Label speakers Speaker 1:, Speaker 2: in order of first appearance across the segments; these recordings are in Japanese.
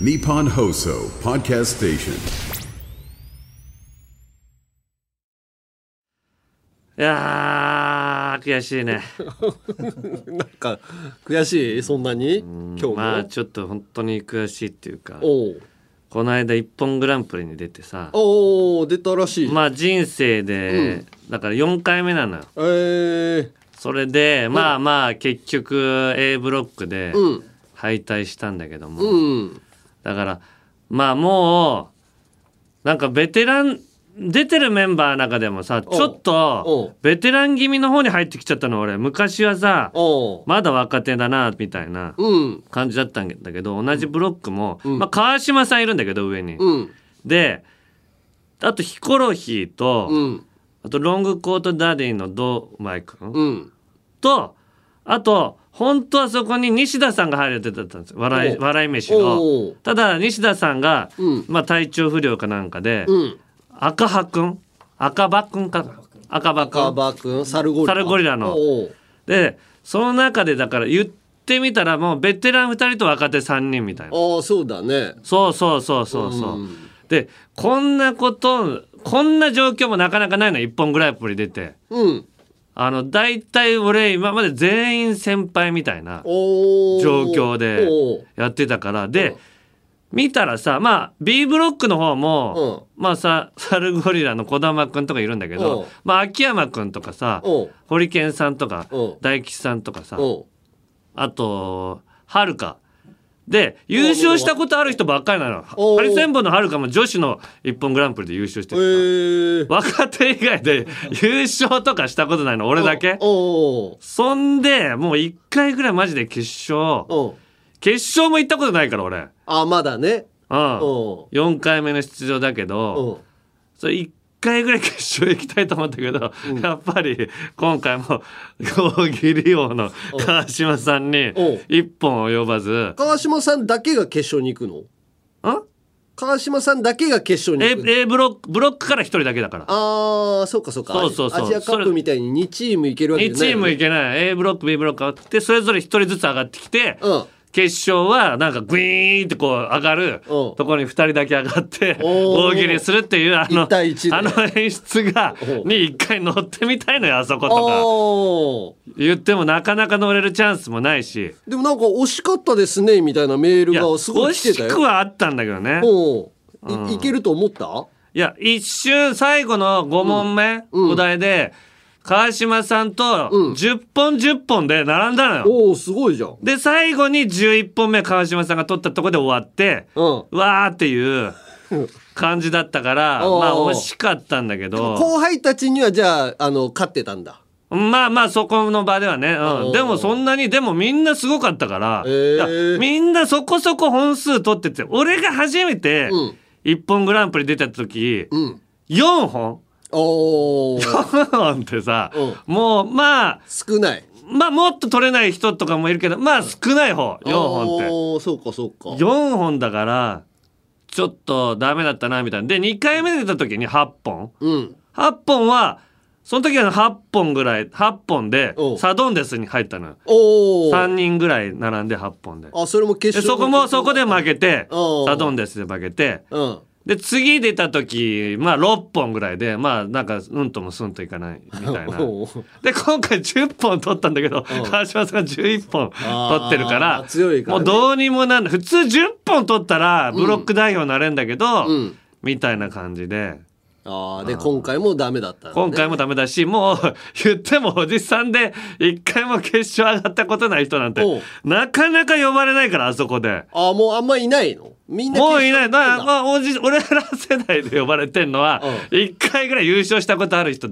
Speaker 1: Nippon Hoso Podcast Station.
Speaker 2: いやー悔しいね
Speaker 3: なんか悔しいそんなに今日も、
Speaker 2: まあちょっと本当に悔しいっていうか
Speaker 3: おう
Speaker 2: この間「一本グランプリ」に出てさ
Speaker 3: おう出たらしい、
Speaker 2: まあ人生で、だから4回目なのよ
Speaker 3: えー、
Speaker 2: それでまあまあ結局 A ブロックで
Speaker 3: うん
Speaker 2: 敗退したんだけども、
Speaker 3: うん
Speaker 2: だからまあもうなんかベテラン出てるメンバーの中でもさちょっ
Speaker 3: お
Speaker 2: と
Speaker 3: う
Speaker 2: ベテラン気味の方に入ってきちゃったの俺昔はさ
Speaker 3: おう
Speaker 2: まだ若手だなみたいな
Speaker 3: うん
Speaker 2: 感じだったんだけど同じブロックも、まあ、川島さんいるんだけど上に。
Speaker 3: うん
Speaker 2: であとヒコロヒーと、
Speaker 3: うん
Speaker 2: あとロングコートダディのドーマイ君、
Speaker 3: うん
Speaker 2: とあと本当はそこに西田さんが入る予定だったんですよ笑い
Speaker 3: お
Speaker 2: 笑い飯
Speaker 3: お
Speaker 2: の
Speaker 3: う
Speaker 2: ただ西田さんが、
Speaker 3: うん
Speaker 2: まあ、体調不良かなんかで、
Speaker 3: うん
Speaker 2: 赤羽君赤羽君か赤羽
Speaker 3: カー
Speaker 2: 君
Speaker 3: バー君サルゴリラ
Speaker 2: サルゴリラの
Speaker 3: おう
Speaker 2: でその中でだから言ってみたらもうベテラン2人と若手3人みたいな。
Speaker 3: ああそうだね
Speaker 2: そうそうそうそうそう。でこんなことこんな状況もなかなかないの一本グランプリ出て
Speaker 3: うん
Speaker 2: あの大体俺今まで全員先輩みたいな
Speaker 3: おう
Speaker 2: 状況で
Speaker 3: おう
Speaker 2: やってたからで見たらさまあ B ブロックの方も、まあさサルゴリラの児玉くんとかいるんだけ
Speaker 3: うん
Speaker 2: ど、まあ、秋山くんとかさ
Speaker 3: おう
Speaker 2: ホリケンさんとか
Speaker 3: うん
Speaker 2: 大吉さんとかさ
Speaker 3: おう
Speaker 2: あと、はるか。で、優勝したことある人ばっかりなの。
Speaker 3: おー
Speaker 2: ハリセンボンのはるかも女子の一本グランプリで優勝して
Speaker 3: え
Speaker 2: るさ。
Speaker 3: ー、
Speaker 2: 若手以外で優勝とかしたことないの、俺だけ。
Speaker 3: おう
Speaker 2: そんで、もう一回ぐらいマジで決勝。
Speaker 3: おう
Speaker 2: 決勝も行ったことないから、俺。
Speaker 3: あまだね
Speaker 2: うん。
Speaker 3: おう
Speaker 2: 4回目の出場だけど、
Speaker 3: おう
Speaker 2: それ1回ぐらい決勝行きたいと思ったけど、やっぱり今回も 大喜利王の川島さんに
Speaker 3: おう
Speaker 2: 一本及ばず、
Speaker 3: 川島さんだけが決勝に行くの
Speaker 2: ん
Speaker 3: 川島さんだけが決勝に
Speaker 2: A,
Speaker 3: 行くの
Speaker 2: A ブロックブロックから一人だけだから
Speaker 3: ああそうかそうか
Speaker 2: そうそうそう
Speaker 3: アジアカップみたいに2チームいけるわけ
Speaker 2: 1
Speaker 3: じ
Speaker 2: チ
Speaker 3: ゃな
Speaker 2: ー
Speaker 3: いよ
Speaker 2: ム
Speaker 3: ね、
Speaker 2: いけない A ブロック B ブロックあってそれぞれ一人ずつ上がってきて、
Speaker 3: うん
Speaker 2: 決勝はなんかグイーンってこう上がる
Speaker 3: う
Speaker 2: と
Speaker 3: ん
Speaker 2: ころに2人だけ上がって
Speaker 3: おー
Speaker 2: 大喜利するっていうあの
Speaker 3: 一対一で
Speaker 2: あの演出が
Speaker 3: お
Speaker 2: に一回乗ってみたいのよあそこと
Speaker 3: あ
Speaker 2: か言ってもなかなか乗れるチャンスもないし
Speaker 3: あでもなんか惜しかったですねみたいなメール
Speaker 2: いや
Speaker 3: がすごい
Speaker 2: 惜
Speaker 3: 来て
Speaker 2: したく
Speaker 3: よ
Speaker 2: はあったんだけどね
Speaker 3: おういいけると思った
Speaker 2: いや一瞬最後の5問目、お題で川島さんと10本10本で並んだのよ。
Speaker 3: おおすごいじゃんうん
Speaker 2: で最後に11本目川島さんが取ったとこで終わって、
Speaker 3: 後
Speaker 2: わーっていう感じだったから
Speaker 3: おうおう
Speaker 2: まあ惜しかったんだけど
Speaker 3: 輩たちにはじゃああの勝ってたんだ
Speaker 2: まあまあそこの場ではね、
Speaker 3: おう
Speaker 2: う
Speaker 3: お
Speaker 2: ん、
Speaker 3: う
Speaker 2: でもそんなにでもみんなすごかったから、
Speaker 3: へー
Speaker 2: いやみんなそこそこ本数取ってて俺が初めて
Speaker 3: うん
Speaker 2: 1本グランプリ出た時、
Speaker 3: うん
Speaker 2: 4本
Speaker 3: おお
Speaker 2: 4本ってさ、
Speaker 3: う
Speaker 2: もうまあ
Speaker 3: 少ない
Speaker 2: まあもっと取れない人とかもいるけどまあ少 ない方4本って。
Speaker 3: おおそうかそうか
Speaker 2: 4本だからちょっとダメだったなみたいなで2回目出た時に8本
Speaker 3: うん
Speaker 2: 8本はその時は8本ぐらい8本で
Speaker 3: おう
Speaker 2: サドンデスに入ったのよ
Speaker 3: おお
Speaker 2: 3人ぐらい並んで8本で
Speaker 3: あそれも決
Speaker 2: で
Speaker 3: 勝
Speaker 2: そこもそこで負けて
Speaker 3: おう
Speaker 2: サドンデスで負けて
Speaker 3: うん
Speaker 2: で次出た時まあ6本ぐらいでまあなんかうんともすんといかないみたいな
Speaker 3: おう
Speaker 2: で今回10本取ったんだけど川島さんが11本取ってるか
Speaker 3: あ
Speaker 2: ら
Speaker 3: ー強いからね
Speaker 2: もうどうにもなんない普通10本取ったらブロック代表になれんだけど、
Speaker 3: うん
Speaker 2: みたいな感じで
Speaker 3: ああで今回もダメだったのね
Speaker 2: 今回もダメだしもう 言ってもおじさんで一回も決勝上がったことない人なんて
Speaker 3: おう
Speaker 2: なかなか呼ばれないからあそこで。
Speaker 3: あもうあんまいないのみんな
Speaker 2: もういない。
Speaker 3: 決
Speaker 2: だ
Speaker 3: 勝
Speaker 2: か
Speaker 3: 行く
Speaker 2: ら
Speaker 3: ん
Speaker 2: まあ、おじ、俺ら世代で呼ばれてんのは、一回ぐらい優勝したことある人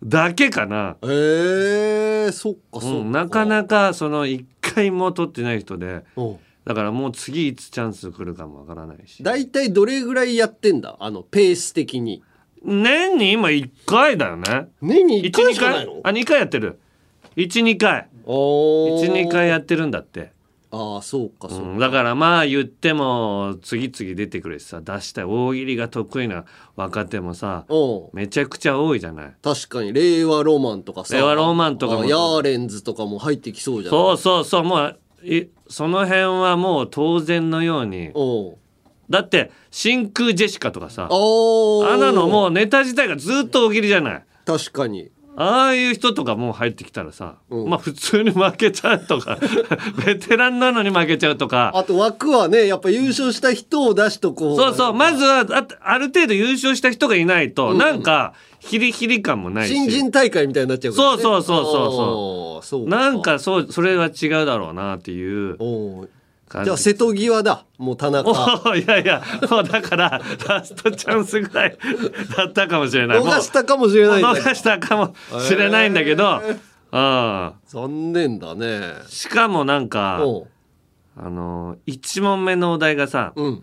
Speaker 2: だけかな。
Speaker 3: へえそっかそっか、
Speaker 2: うん、なかなかその1回も取ってない人で
Speaker 3: うん
Speaker 2: だからもう次いつチャンス来るかもわからないし
Speaker 3: 大体どれぐらいやってんだあのペース的に
Speaker 2: 年に今1回だよね
Speaker 3: 年に1
Speaker 2: 1
Speaker 3: 回
Speaker 2: 2
Speaker 3: しかない
Speaker 2: 回
Speaker 3: の
Speaker 2: あ二2回やってる12回
Speaker 3: おー
Speaker 2: 12回やってるんだって、
Speaker 3: ああそうかそううか、
Speaker 2: ん、だからまあ言っても次々出てくるしさ出したい大喜利が得意な若手もさ
Speaker 3: うん
Speaker 2: めちゃくちゃ多いじゃない
Speaker 3: 確かに令和ロマンとかさ
Speaker 2: 令和ロマンとかも
Speaker 3: あヤーレンズとかも入ってきそうじゃん
Speaker 2: そうそうそうもういその辺はもう当然のように
Speaker 3: おう
Speaker 2: だって真空ジェシカとかさ
Speaker 3: おー
Speaker 2: あんなのもうネタ自体がずっと大喜利じゃない
Speaker 3: 確かに
Speaker 2: ああいう人とかもう入ってきたらさ、
Speaker 3: うん
Speaker 2: まあ普通に負けちゃうとか ベテランなのに負けちゃうとか
Speaker 3: あと枠はねやっぱ優勝した人を出しとこう
Speaker 2: そうそうまずはあある程度優勝した人がいないと、なんかヒリヒリ感もないし
Speaker 3: 新人大会みたいになっちゃうから、ね、
Speaker 2: そうそうそうそう
Speaker 3: うそうか
Speaker 2: なんかそうそれは違うだろうなっていう
Speaker 3: おう
Speaker 2: 感
Speaker 3: じゃあ瀬戸際だもう田中 逃
Speaker 2: おいやいやもうだからラストチャンスぐらい だったかもしれないもう
Speaker 3: したかもしれないんだけど
Speaker 2: 逃したかもしれないんだけど、うん
Speaker 3: 残念だね
Speaker 2: しかもなんか
Speaker 3: おう
Speaker 2: あの1問目のお題がさ
Speaker 3: うん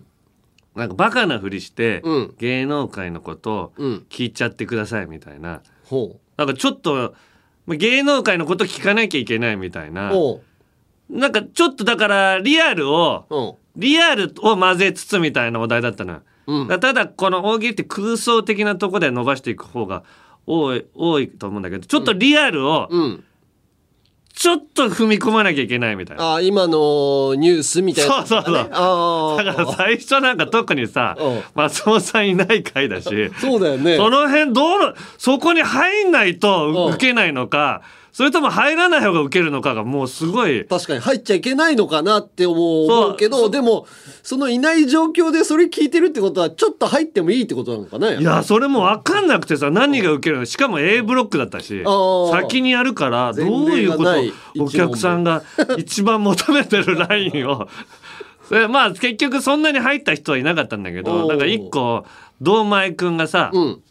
Speaker 2: なんかバカなふりして、
Speaker 3: うん
Speaker 2: 芸能界のことを
Speaker 3: うん
Speaker 2: 聞いちゃってくださいみたいな
Speaker 3: ほ
Speaker 2: なんかちょっとまあ芸能界のこと聞かなきゃいけないみたいうな
Speaker 3: おう
Speaker 2: なんかちょっとだからリアルを
Speaker 3: お
Speaker 2: リアルを混ぜつつみたいなお題だったのよ。
Speaker 3: ううん
Speaker 2: だからただこの大喜利って空想的なとこで伸ばしていく方が多い多いと思うんだけどちょっとリアルを
Speaker 3: うん
Speaker 2: ちょっと踏み込まなきゃいけないみたいな。
Speaker 3: あー今のニュースみたいな、ね、
Speaker 2: そうそうそう
Speaker 3: あ
Speaker 2: だから
Speaker 3: あ
Speaker 2: 最初なんか特にさ
Speaker 3: うん
Speaker 2: 松本さんいない回だし
Speaker 3: そうだよね
Speaker 2: その辺どうなそこに入んないと
Speaker 3: うん
Speaker 2: 受けないのかそれとも入らない方が受けるのかがもうすごい
Speaker 3: 確かに入っちゃいけないのかなって思う
Speaker 2: そう
Speaker 3: 思うけどでもそのいない状況でそれ聞いてるってことはちょっと入ってもいいってことなのかね
Speaker 2: いやそれも分かんなくてさ何が受けるのしかも A ブロックだったし
Speaker 3: ー
Speaker 2: 先にやるからどういうこ
Speaker 3: 前例がない
Speaker 2: とお客さんが一番求めてるライン をそれまあ結局そんなに入った人はいなかったんだけど
Speaker 3: おー
Speaker 2: なんか一個堂前くんがさ、
Speaker 3: うん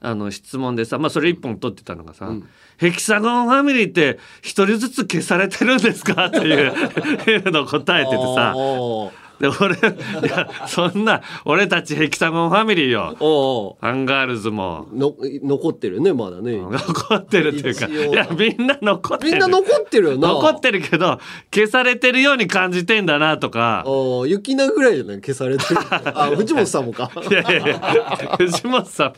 Speaker 2: あの質問でさ、まあ、それ一本取ってたのがさ、ヘキサゴンファミリーって一人ずつ消されてるんですか?」っていう いうのを答えてて
Speaker 3: あ
Speaker 2: さ
Speaker 3: ー
Speaker 2: で俺いやそんな俺たちヘキサゴンファミリーよ
Speaker 3: あー
Speaker 2: アンガールズも
Speaker 3: の残ってるねまだね
Speaker 2: 残ってるっていうか
Speaker 3: 一
Speaker 2: い
Speaker 3: 応
Speaker 2: やみんな残ってる
Speaker 3: みんな残ってるよな
Speaker 2: 残ってるけど消されてるように感じてんだなと か
Speaker 3: あ。ー雪菜ぐらいじゃない消されてる あ藤本さんもか
Speaker 2: いやいやいや藤本さん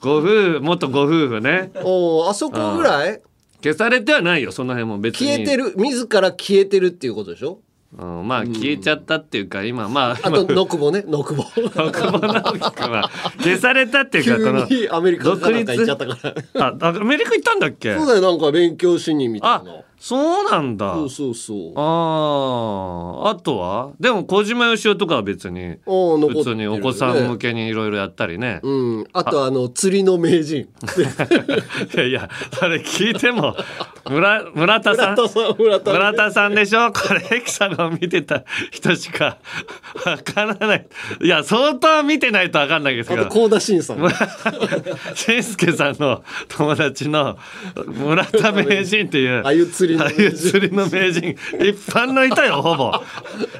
Speaker 2: ご夫婦元ご夫婦ね
Speaker 3: おーあそこぐらい
Speaker 2: 消されてはないよその辺も別に
Speaker 3: 消えてる自ら消えてるっていうことで しょ
Speaker 2: うん、まあ消えちゃったっていうか、今まあ
Speaker 3: あと野久保ね野 久保
Speaker 2: 今久保直樹君は消されたっていう
Speaker 3: 急
Speaker 2: かこの
Speaker 3: にアメリカか
Speaker 2: 独
Speaker 3: なん
Speaker 2: 立
Speaker 3: か行っちゃったから
Speaker 2: ああアメリカ行ったんだっけ
Speaker 3: そうだよなんか勉強しにみたい
Speaker 2: あ
Speaker 3: な
Speaker 2: そうなんだ
Speaker 3: そうそうそう
Speaker 2: あーあとはでも小島よしおとかは別に
Speaker 3: おー残ってる
Speaker 2: 普通にお子さん向けにい ろいろやったりね
Speaker 3: うん、あとあの釣りの 名人
Speaker 2: いやいやそれ聞いても村村田さん
Speaker 3: 村田さん村田
Speaker 2: 村田さんでしょこれヘキサゴン見てた人しかわからないいや相当見てないとわかんないですけ
Speaker 3: あ
Speaker 2: ど
Speaker 3: と高田 真さん
Speaker 2: しんすけさんの友達の村田名人っていう
Speaker 3: あゆ釣りの名人
Speaker 2: あゆ釣りの名人一般の人よほぼ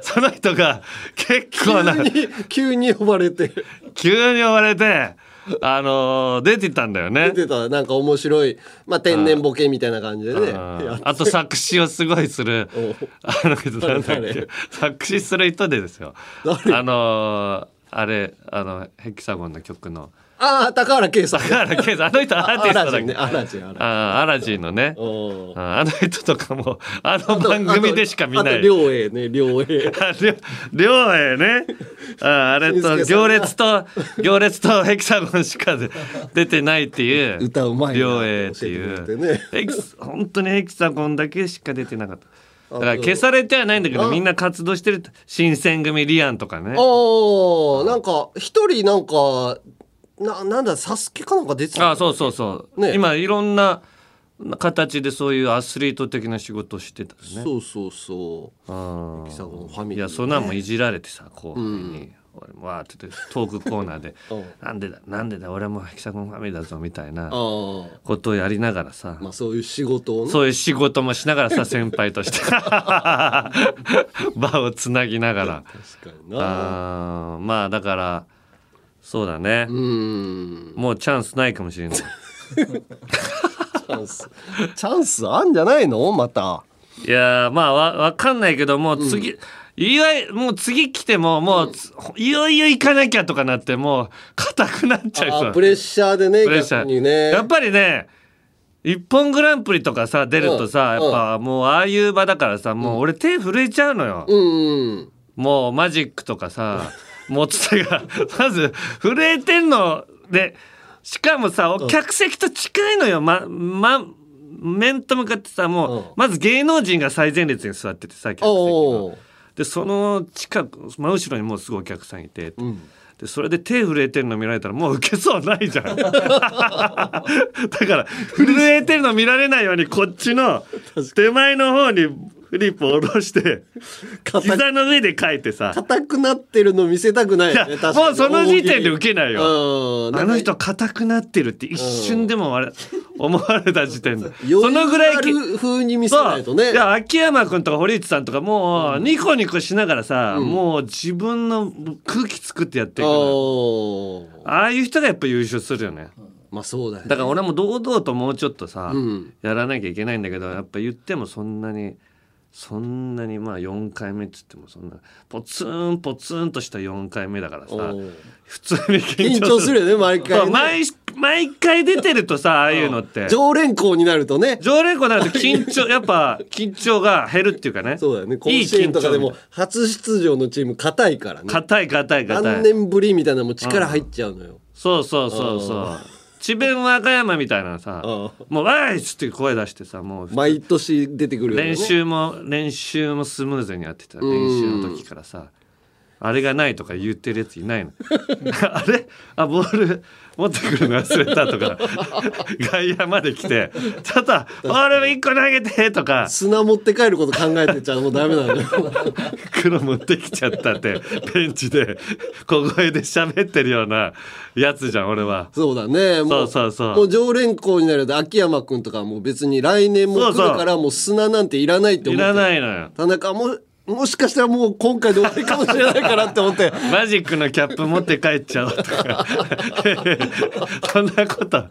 Speaker 2: その人が結構な
Speaker 3: 急に急に呼ば れて
Speaker 2: 急に追われてあのー出てたんだよね
Speaker 3: 出てたなんか面白い、まあ、天然ボケみたいな感じでね
Speaker 2: うん
Speaker 3: や
Speaker 2: あと作詞をすごいする
Speaker 3: おう
Speaker 2: あの人なんだっけ
Speaker 3: 誰
Speaker 2: 作詞する人でですよあのーあれあのヘキサゴンの曲の
Speaker 3: ああ高原圭さん
Speaker 2: だからケイさんあの人アーティス
Speaker 3: ア
Speaker 2: トだ
Speaker 3: ラジ
Speaker 2: っ
Speaker 3: ン
Speaker 2: け
Speaker 3: ねアラジンアラジン
Speaker 2: あーアラジンのね
Speaker 3: おー
Speaker 2: ああの 人とかもあの番組でしか見な
Speaker 3: あと
Speaker 2: い。
Speaker 3: 両栄ね両栄
Speaker 2: ありょ両へねああれと
Speaker 3: 紳助さ
Speaker 2: 行
Speaker 3: んが
Speaker 2: 列と行列とヘキサゴンしかで出てないっていう
Speaker 3: 歌うまいな
Speaker 2: 両へってい
Speaker 3: 教えて
Speaker 2: う
Speaker 3: くれてね
Speaker 2: ヘキ本当にヘキサゴンだけしか出てなかっただから
Speaker 3: あそう
Speaker 2: 消されてはないんだけどみんな活動してる新選組リアンとかね
Speaker 3: ああなんか一人なんかななんだサスケかなんか出てた
Speaker 2: あそうそうそう、
Speaker 3: ね
Speaker 2: 今いろんな形でそういうアスリート的な仕事をしてたよね
Speaker 3: そうそうそう
Speaker 2: うん
Speaker 3: キサゴンファミ
Speaker 2: い
Speaker 3: リー
Speaker 2: やそんなんもいじられてさ後輩に、俺もわーって言ってトークコーナーで「
Speaker 3: うん
Speaker 2: なんでだなんでだ俺もヘキサゴンファミリーだぞ」みたいな
Speaker 3: あ
Speaker 2: ことをやりながらさ
Speaker 3: あまあそういう仕事をね
Speaker 2: そういう仕事もしながらさ先輩として 場をつなぎながら
Speaker 3: 確かにな
Speaker 2: あーまあだからそうだね、
Speaker 3: うん
Speaker 2: もうチャンスないかもしれない
Speaker 3: チャンスチャンスあんじゃないのまた
Speaker 2: いやーまあわわかんないけどもう次、いわゆもう次来てももうつ、いよいよ行かなきゃとかなってもう硬くなっちゃいそう
Speaker 3: あプレッシャーでね
Speaker 2: プレッシャー
Speaker 3: 逆にね
Speaker 2: やっぱりね一本グランプリとかさ出るとさ、
Speaker 3: うん
Speaker 2: やっぱもうああいう場だからさ、もう俺手震えちゃうのよ、
Speaker 3: うんうん
Speaker 2: もうマジックとか さ持つ手がまず震えてんのでしかもさお客席と近いのよ、まま面と向かってさもう、
Speaker 3: うん
Speaker 2: まず芸能人が最前列に座っててさ客席
Speaker 3: お
Speaker 2: の
Speaker 3: ー
Speaker 2: でその近く真後ろにもうすごいお客さんいて、
Speaker 3: ん
Speaker 2: でそれで手震えてるの見られたらもう受けそうないじゃ んだから震えてるの見られないようにこっちの手前の方にフリップを下ろして
Speaker 3: 硬く
Speaker 2: 膝の上で書いてさ
Speaker 3: 硬くなってるの見せたくない
Speaker 2: いや
Speaker 3: よね確かに
Speaker 2: もうその時点で受けない
Speaker 3: よ
Speaker 2: あの人硬くなってるって一瞬でもわれ思われた時点 で
Speaker 3: そ
Speaker 2: その
Speaker 3: の
Speaker 2: ぐ
Speaker 3: ぐ
Speaker 2: ら
Speaker 3: ら
Speaker 2: い
Speaker 3: いあ
Speaker 2: き
Speaker 3: る風に見せ
Speaker 2: そ
Speaker 3: な
Speaker 2: う
Speaker 3: いとね
Speaker 2: いや秋山君とか堀内さんとかもうニコニコしながらさ、もう自分の空気作ってやってるから
Speaker 3: おー
Speaker 2: ああいう人がやっぱ優勝するよね。
Speaker 3: まあそうだよね
Speaker 2: だから俺も堂々ともうちょっとさ、
Speaker 3: うん
Speaker 2: やらなきゃいけないんだけどやっぱ言ってもそんなにそんなにまあ4回目っつってもそんなポツンポツンとした4回目だからさ
Speaker 3: おー
Speaker 2: 普通に緊
Speaker 3: 緊
Speaker 2: 張
Speaker 3: 張
Speaker 2: す
Speaker 3: す
Speaker 2: る
Speaker 3: るよね毎
Speaker 2: そ
Speaker 3: 回
Speaker 2: う
Speaker 3: ね
Speaker 2: 毎毎回出てるとさああいうのって
Speaker 3: 常連校になるとね
Speaker 2: 常連校になると緊張やっぱ緊張が減るっていうかね
Speaker 3: そうだよね甲
Speaker 2: いい
Speaker 3: 子園
Speaker 2: 緊
Speaker 3: とかで
Speaker 2: 張
Speaker 3: も初出場のチーム硬いからね
Speaker 2: 硬い硬い硬
Speaker 3: 何
Speaker 2: い
Speaker 3: 年ぶりみたいなのも力入っちゃうのよ
Speaker 2: そうそうそうそう智弁和歌山みたいなさ
Speaker 3: う
Speaker 2: もう「わーい!」っつって声出してさもう
Speaker 3: 毎年出てくるよね
Speaker 2: 練習も練習もスムーズにやってた練習の時からさあれがないとか言ってるやついないの あれあボール持ってくるの忘れたとか 外野まで来てちょっとボール一個投げてとか
Speaker 3: 砂持って帰ること考えてちゃもうダメなのよ
Speaker 2: 袋持ってきちゃったってベンチで小声で喋ってるようなやつじゃん俺は。
Speaker 3: そうだねも
Speaker 2: そうそうそう
Speaker 3: もう常連校になると秋山君とかはもう別に来年も来る
Speaker 2: そう
Speaker 3: か
Speaker 2: そ
Speaker 3: らもう砂なんていらないって
Speaker 2: い
Speaker 3: 思
Speaker 2: ら
Speaker 3: ってる
Speaker 2: ないのよ。
Speaker 3: 田中ももしかしたらもう今回で終わりかもしれないからって思って
Speaker 2: マジックのキャップ持って帰っちゃおうとか そんなこと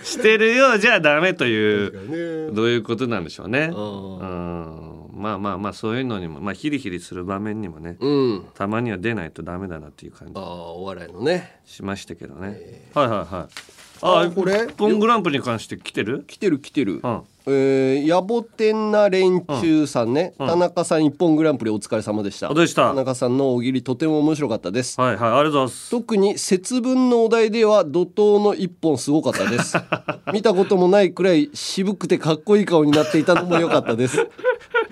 Speaker 2: してるようじゃダメというどういうことなんでしょうね。うんまあまあまあそういうのにもまあヒリヒリする場面にもね、
Speaker 3: うん
Speaker 2: たまには出ないとダメだなっていう感
Speaker 3: あ
Speaker 2: じ
Speaker 3: あお笑いのね
Speaker 2: しましたけどね。はいはいはい。あ
Speaker 3: あこれ
Speaker 2: 一本グランプリに関して来てる？
Speaker 3: 来てる来てる、
Speaker 2: うん
Speaker 3: えー野暮天な連中さんね、田中さん一本グランプリお疲れ様でした
Speaker 2: あどうでした
Speaker 3: 田中さんの大喜利とても面白かったです
Speaker 2: はいはいありがとうございます。
Speaker 3: 特に節分のお題では怒涛の一本すごかったです見たこともないくらい渋くてかっこいい顔になっていたのも良かったです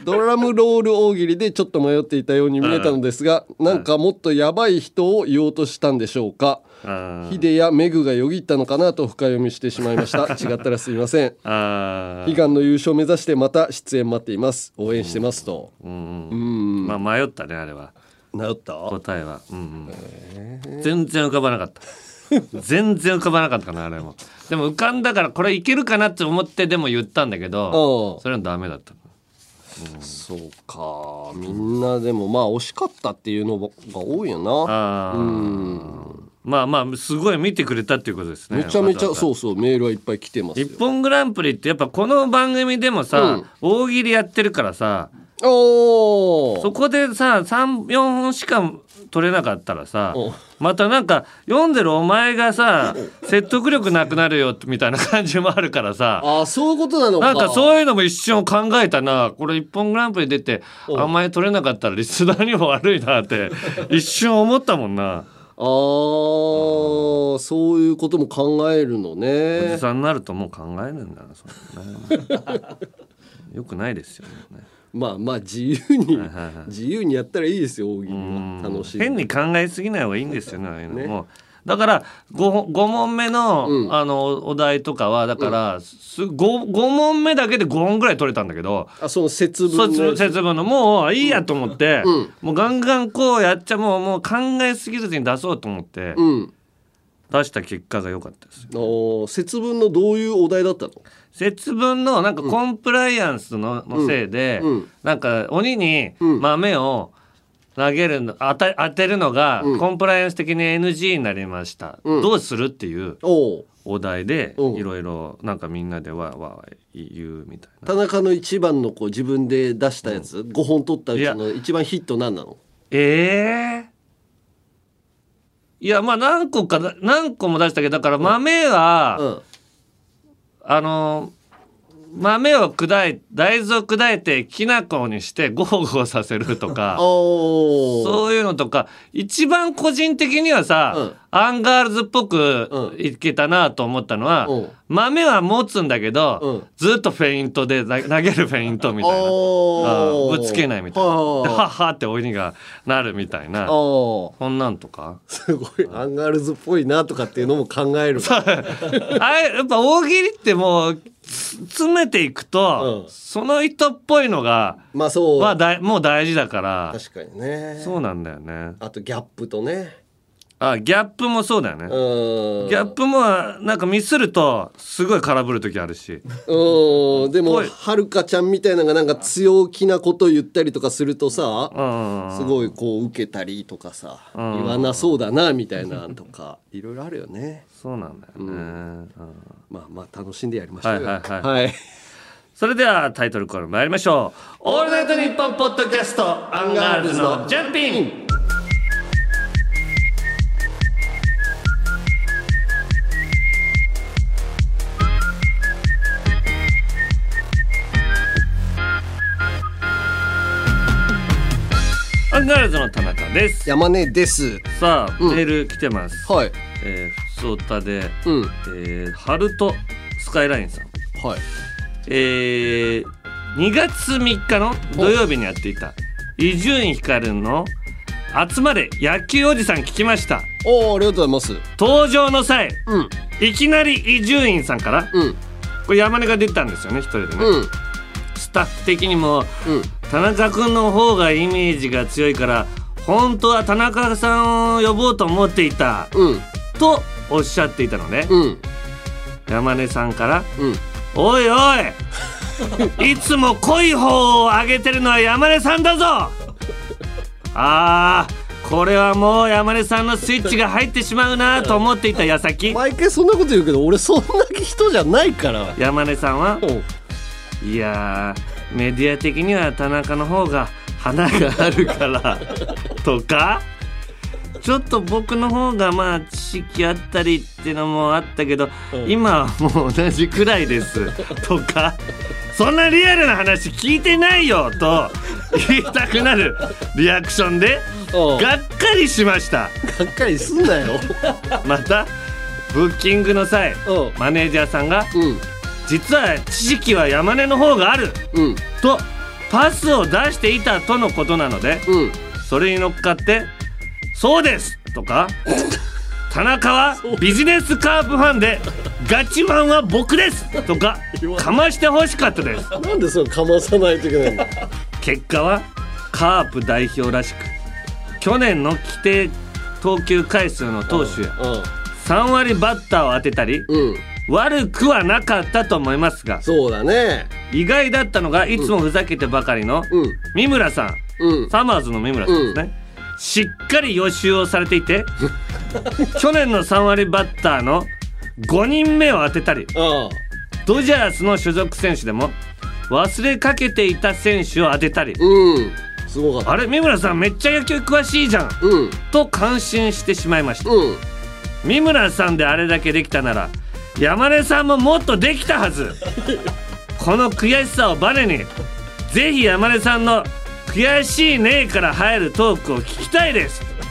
Speaker 3: ドラムロール大喜利でちょっと迷っていたように見えたのですがなんかもっとやばい人を言おうとしたんでしょうか
Speaker 2: あ
Speaker 3: ヒデやメグがよぎったのかなと深読みしてしまいました違ったらすいません
Speaker 2: ーあ
Speaker 3: 悲
Speaker 2: ー
Speaker 3: 願の優勝目指してまた出演待っています応援してますと
Speaker 2: まあ迷ったねあれは。
Speaker 3: なった
Speaker 2: 答えは、うんうん、全然浮かばなか った全然浮かばなかったかなあれもでも浮かんだからこれいけるかなって思ってでも言ったんだけ
Speaker 3: あ
Speaker 2: ど
Speaker 3: あ
Speaker 2: それはダメだった
Speaker 3: そうかみんなでもまあ惜しかったっていうのが多いよな
Speaker 2: ああまあまあすごい見てくれたっていうことですね
Speaker 3: めちゃめち
Speaker 2: わざ
Speaker 3: ゃ
Speaker 2: わ
Speaker 3: そうそうメールはいっぱい来てます
Speaker 2: ざ
Speaker 3: よ
Speaker 2: 一本グランプリってやっぱこの番組でもさ、
Speaker 3: うん
Speaker 2: 大喜利やってるからさ
Speaker 3: お
Speaker 2: そ
Speaker 3: ー
Speaker 2: こでさ34本しか取れなかったらさ
Speaker 3: お
Speaker 2: またなんか読んでるお前がさ説得力なくなるよみたいな感じもあるからさ
Speaker 3: ああそういうことなの
Speaker 2: な
Speaker 3: か
Speaker 2: んかそういうのも一瞬考えたなこれ「一本グランプリ」出てあんまり取れなかったらリスナーにも悪いなって 一瞬思ったもんな
Speaker 3: あーそういうことも考えるの
Speaker 2: おじ
Speaker 3: ね
Speaker 2: さんになるともう考えないんだなそんなよくないですよ ね
Speaker 3: まあまあ自由に
Speaker 2: いはいはい
Speaker 3: 自由にやったらいいですよ大喜利
Speaker 2: うん
Speaker 3: は楽しい
Speaker 2: 変に考えすぎない方がいいんですよねああいうの
Speaker 3: ね
Speaker 2: もうだから 5, 五問目の,、あのお題とかはだから、す 5, 五問目だけで5問ぐらい取れたんだけど、
Speaker 3: あその節
Speaker 2: そ
Speaker 3: 分
Speaker 2: うそ
Speaker 3: の
Speaker 2: う節分のもういいやと思って、もうガンガンこうやっちゃもうもう考えすぎずに出そうと思って、
Speaker 3: うん
Speaker 2: 出した結果が良かったですよ
Speaker 3: おー節分のどういうお題だったの
Speaker 2: 節分のなんかコンプライアンスの,、のせいで、
Speaker 3: うん
Speaker 2: なんか鬼に
Speaker 3: うん
Speaker 2: 豆を投げるの当た当てるのがコンプライアンス的に NG になりました、
Speaker 3: うん
Speaker 2: どうするっていう
Speaker 3: おー
Speaker 2: お題で
Speaker 3: うん
Speaker 2: いろいろなんかみんなでわーわー言うみたいな。
Speaker 3: 田中の一番のこう自分で出したやつ、五5本取ったうちの一番ヒット何なの
Speaker 2: ええいやまあ何個かだ何個も出したけどだから豆は、
Speaker 3: うん
Speaker 2: あのー豆を砕い大豆を砕いてきな粉にしてゴーゴーさせると か
Speaker 3: おー
Speaker 2: そういうのとか一番個人的にはさ、
Speaker 3: うん
Speaker 2: アンガールズっぽく
Speaker 3: うん
Speaker 2: いけたなと思ったのは、
Speaker 3: うん
Speaker 2: 豆は持つんだけど、
Speaker 3: うん
Speaker 2: ずっとフェイントでな投げるフェイントみたいな
Speaker 3: お
Speaker 2: あ
Speaker 3: ー
Speaker 2: ーぶつけないみたいな
Speaker 3: はあは
Speaker 2: で
Speaker 3: あ
Speaker 2: はっはって鬼がなるみたいな
Speaker 3: おー
Speaker 2: こんなんとか
Speaker 3: すごいアンガールズっぽいなとかっていうのも考える
Speaker 2: あれやっぱ大喜利ってもうつ詰めていくと、
Speaker 3: うん
Speaker 2: その人っぽいのが
Speaker 3: まあそう、
Speaker 2: はだいもう大事だから
Speaker 3: 確かにね
Speaker 2: そうなんだよね
Speaker 3: あとギャップとね
Speaker 2: あギャップもそうだよね
Speaker 3: う、ーん
Speaker 2: ギャップもなんかミスるとすごい空振る時あるし
Speaker 3: うんでも
Speaker 2: おい
Speaker 3: はるかちゃんみたいなのがなんか強気なこと言ったりとかするとさ
Speaker 2: うん
Speaker 3: すごいこう受けたりとかさ
Speaker 2: ん
Speaker 3: 言わなそうだなみたいなのとかいろいろあるよね
Speaker 2: そうなんだよね、うん
Speaker 3: まあまあ楽しんでやりましょうよ
Speaker 2: はいはいは
Speaker 3: はい
Speaker 2: それではタイトルコール参りましょう「オールナイトニッポン」ポッドキャストアンガールズのジャンピングアンガールズの田中です
Speaker 3: 山根です
Speaker 2: さあ、
Speaker 3: うん
Speaker 2: メール来てます、
Speaker 3: はい
Speaker 2: えー、ふつおたで、
Speaker 3: うん
Speaker 2: えー、ハルトスカイラインさん
Speaker 3: はい
Speaker 2: えー、2月3日の土曜日にやっていた伊集院光の「集まれ野球おじさん」聞きました
Speaker 3: おーありがとうございます
Speaker 2: 登場の際
Speaker 3: うん
Speaker 2: いきなり伊集院さんから
Speaker 3: うん
Speaker 2: これ山根が出たんですよね一人でね、
Speaker 3: うん
Speaker 2: スタッフ的にも
Speaker 3: うん
Speaker 2: 田中君の方がイメージが強いから本当は田中さんを呼ぼうと思っていた
Speaker 3: うん
Speaker 2: とおっしゃっていたのね、
Speaker 3: うん
Speaker 2: 山根さんから
Speaker 3: うん
Speaker 2: おいおいいつも濃い方を上げてるのは山根さんだぞあーこれはもう山根さんのスイッチが入ってしまうなと思っていた矢先
Speaker 3: 毎回そんなこと言うけど俺そんな人じゃないから
Speaker 2: 山根さんは
Speaker 3: うん
Speaker 2: いやーメディア的には田中の方が花があるから とかちょっと僕の方がまあ知識あったりってのもあったけど、
Speaker 3: うん
Speaker 2: 今はもう同じくらいです とかそんなリアルな話聞いてないよと言いたくなるリアクションで
Speaker 3: うん
Speaker 2: がっかりしました
Speaker 3: がっかりすんなよ
Speaker 2: またブッキングの際
Speaker 3: うん
Speaker 2: マネージャーさんが
Speaker 3: うん
Speaker 2: 「実は知識は山根の方がある!」
Speaker 3: うん
Speaker 2: とパスを出していたとのことなので
Speaker 3: うん
Speaker 2: それに乗っかって「そうです!」と か「田中はビジネスカープファンでガチファンは僕です!」とかかましてほしかったです
Speaker 3: なんでそれかまさないといけないんだ
Speaker 2: 結果はカープ代表らしく去年の規定投球回数の投手や3割バッターを当てたり
Speaker 3: うんうん
Speaker 2: 悪くはなかったと思いますが
Speaker 3: そうだね
Speaker 2: 意外だったのがいつもふざけてばかりの
Speaker 3: うん
Speaker 2: 三村さん
Speaker 3: うん
Speaker 2: サマーズの三村さんですね、しっかり予習をされてい て去年の3割バッターの5人目を当てたり
Speaker 3: あ
Speaker 2: ドジャースの所属選手でも忘れかけていた選手を当てたり、
Speaker 3: うんすごかっ
Speaker 2: あれ三村さんめっちゃ野球詳しいじゃん
Speaker 3: たうん
Speaker 2: と感心してしまいました、
Speaker 3: うん
Speaker 2: 三村さんであれだけできたなら山根さんももっとできたは ずこの悔しさをバネにぜひ山根さんの「悔しいね」から入るトークを聞きたいです
Speaker 3: あ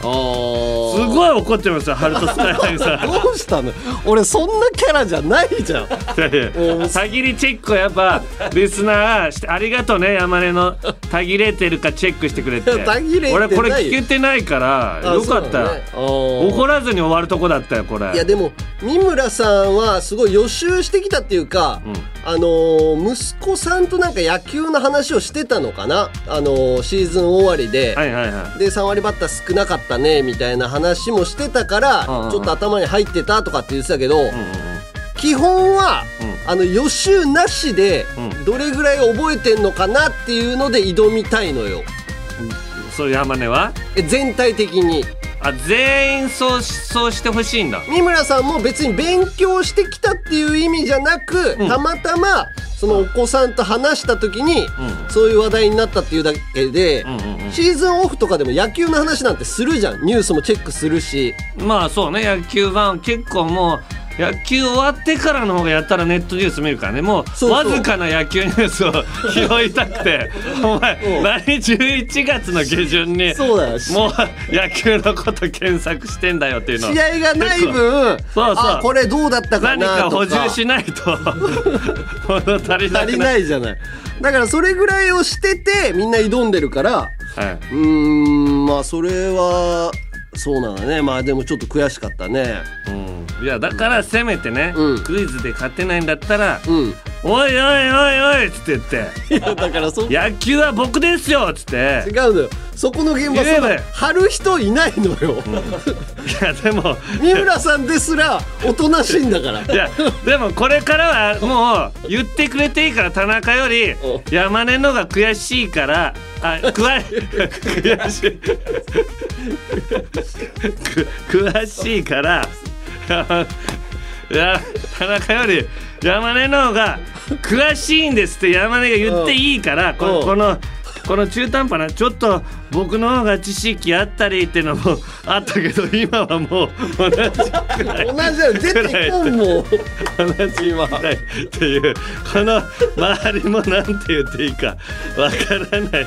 Speaker 2: す
Speaker 3: ー
Speaker 2: ごい怒ってますよ、ハルトスカイラインさ ん。
Speaker 3: どうしたの俺そんなキャラじゃないじゃん
Speaker 2: いやいやたぎりチェックはやっぱ、リスナーして、ありがとうね、山根の。たぎれてるかチェックしてくれて。
Speaker 3: いや たぎれてないよ
Speaker 2: 俺、これ聞けてないから、よかった。怒
Speaker 3: 怒
Speaker 2: らずに終わるとこだったよ、これ。
Speaker 3: いやでも三村さんはすごい予習してきたっていうか、
Speaker 2: うん
Speaker 3: あのー息子さんとなんか野球の話をしてたのかな、あのーシーズン終わりで、
Speaker 2: はいはいは
Speaker 3: で3割バッター少なかったねみたいな話もしてたから、
Speaker 2: うんうんうん
Speaker 3: ちょっと頭に入ってたとかって言ってたけど、
Speaker 2: い。うんうんうん
Speaker 3: 基本は、
Speaker 2: うん
Speaker 3: あの予習なしで、
Speaker 2: うん
Speaker 3: どれぐらい覚えてんのかなっていうので挑みたいのよ
Speaker 2: そう、山根は
Speaker 3: え全体的に
Speaker 2: あ、全員そうし、そうしてほしいんだ。
Speaker 3: 三村さんも別に勉強してきたっていう意味じゃなく、
Speaker 2: うん
Speaker 3: たまたまそのお子さんと話した時に、
Speaker 2: ん
Speaker 3: そういう話題になったっていうだけで、
Speaker 2: うんうんうん
Speaker 3: シーズンオフとかでも野球の話なんてするじゃんニュースもチェックするし
Speaker 2: まあそうね野球ファン結構もう野球終わってからの方がやったらネットニュース見るからねもう
Speaker 3: そう
Speaker 2: わずかな野球ニュースを 拾いたくてお前
Speaker 3: うん
Speaker 2: 何11月の下旬に
Speaker 3: そうだよし
Speaker 2: もう野球のこと検索してんだよっていうのを
Speaker 3: 試合がない分
Speaker 2: そう
Speaker 3: あこれどうだったか
Speaker 2: 何
Speaker 3: な
Speaker 2: か
Speaker 3: とか
Speaker 2: 補充しない と物足りな
Speaker 3: 足
Speaker 2: く
Speaker 3: り
Speaker 2: な
Speaker 3: な
Speaker 2: る
Speaker 3: いじゃないだからそれぐらいをしててみんな挑んでるから
Speaker 2: は
Speaker 3: うーんまあそれはそうなんだねまあでもちょっと悔しかったね
Speaker 2: いうんいやだからせめてね、
Speaker 3: うん
Speaker 2: クイズで勝てないんだったら
Speaker 3: うん
Speaker 2: 「おいおいおいおい」っつって言って
Speaker 3: いやだからそ
Speaker 2: 「
Speaker 3: 違
Speaker 2: 野球は僕ですよ」っつって
Speaker 3: うのよそこの現場
Speaker 2: 言え
Speaker 3: そ
Speaker 2: ば
Speaker 3: の
Speaker 2: よ
Speaker 3: 張る人いないのよ、
Speaker 2: いやでも
Speaker 3: 三村さんですらおとなしいんだから
Speaker 2: いやでもこれからはもう言ってくれていいから田中より
Speaker 3: お
Speaker 2: 山根のが悔しいからあ詳悔しいく詳しいからいや田中より山根の方が詳しいんですって山根が言っていいからこ
Speaker 3: お
Speaker 2: このこの中途半端なちょっと僕の方が知識あったりっていうのもあったけど今はもう同じくらい
Speaker 3: 同じだよ出てこんもん
Speaker 2: 話はないっていうこの周りもなんて言っていいかわからない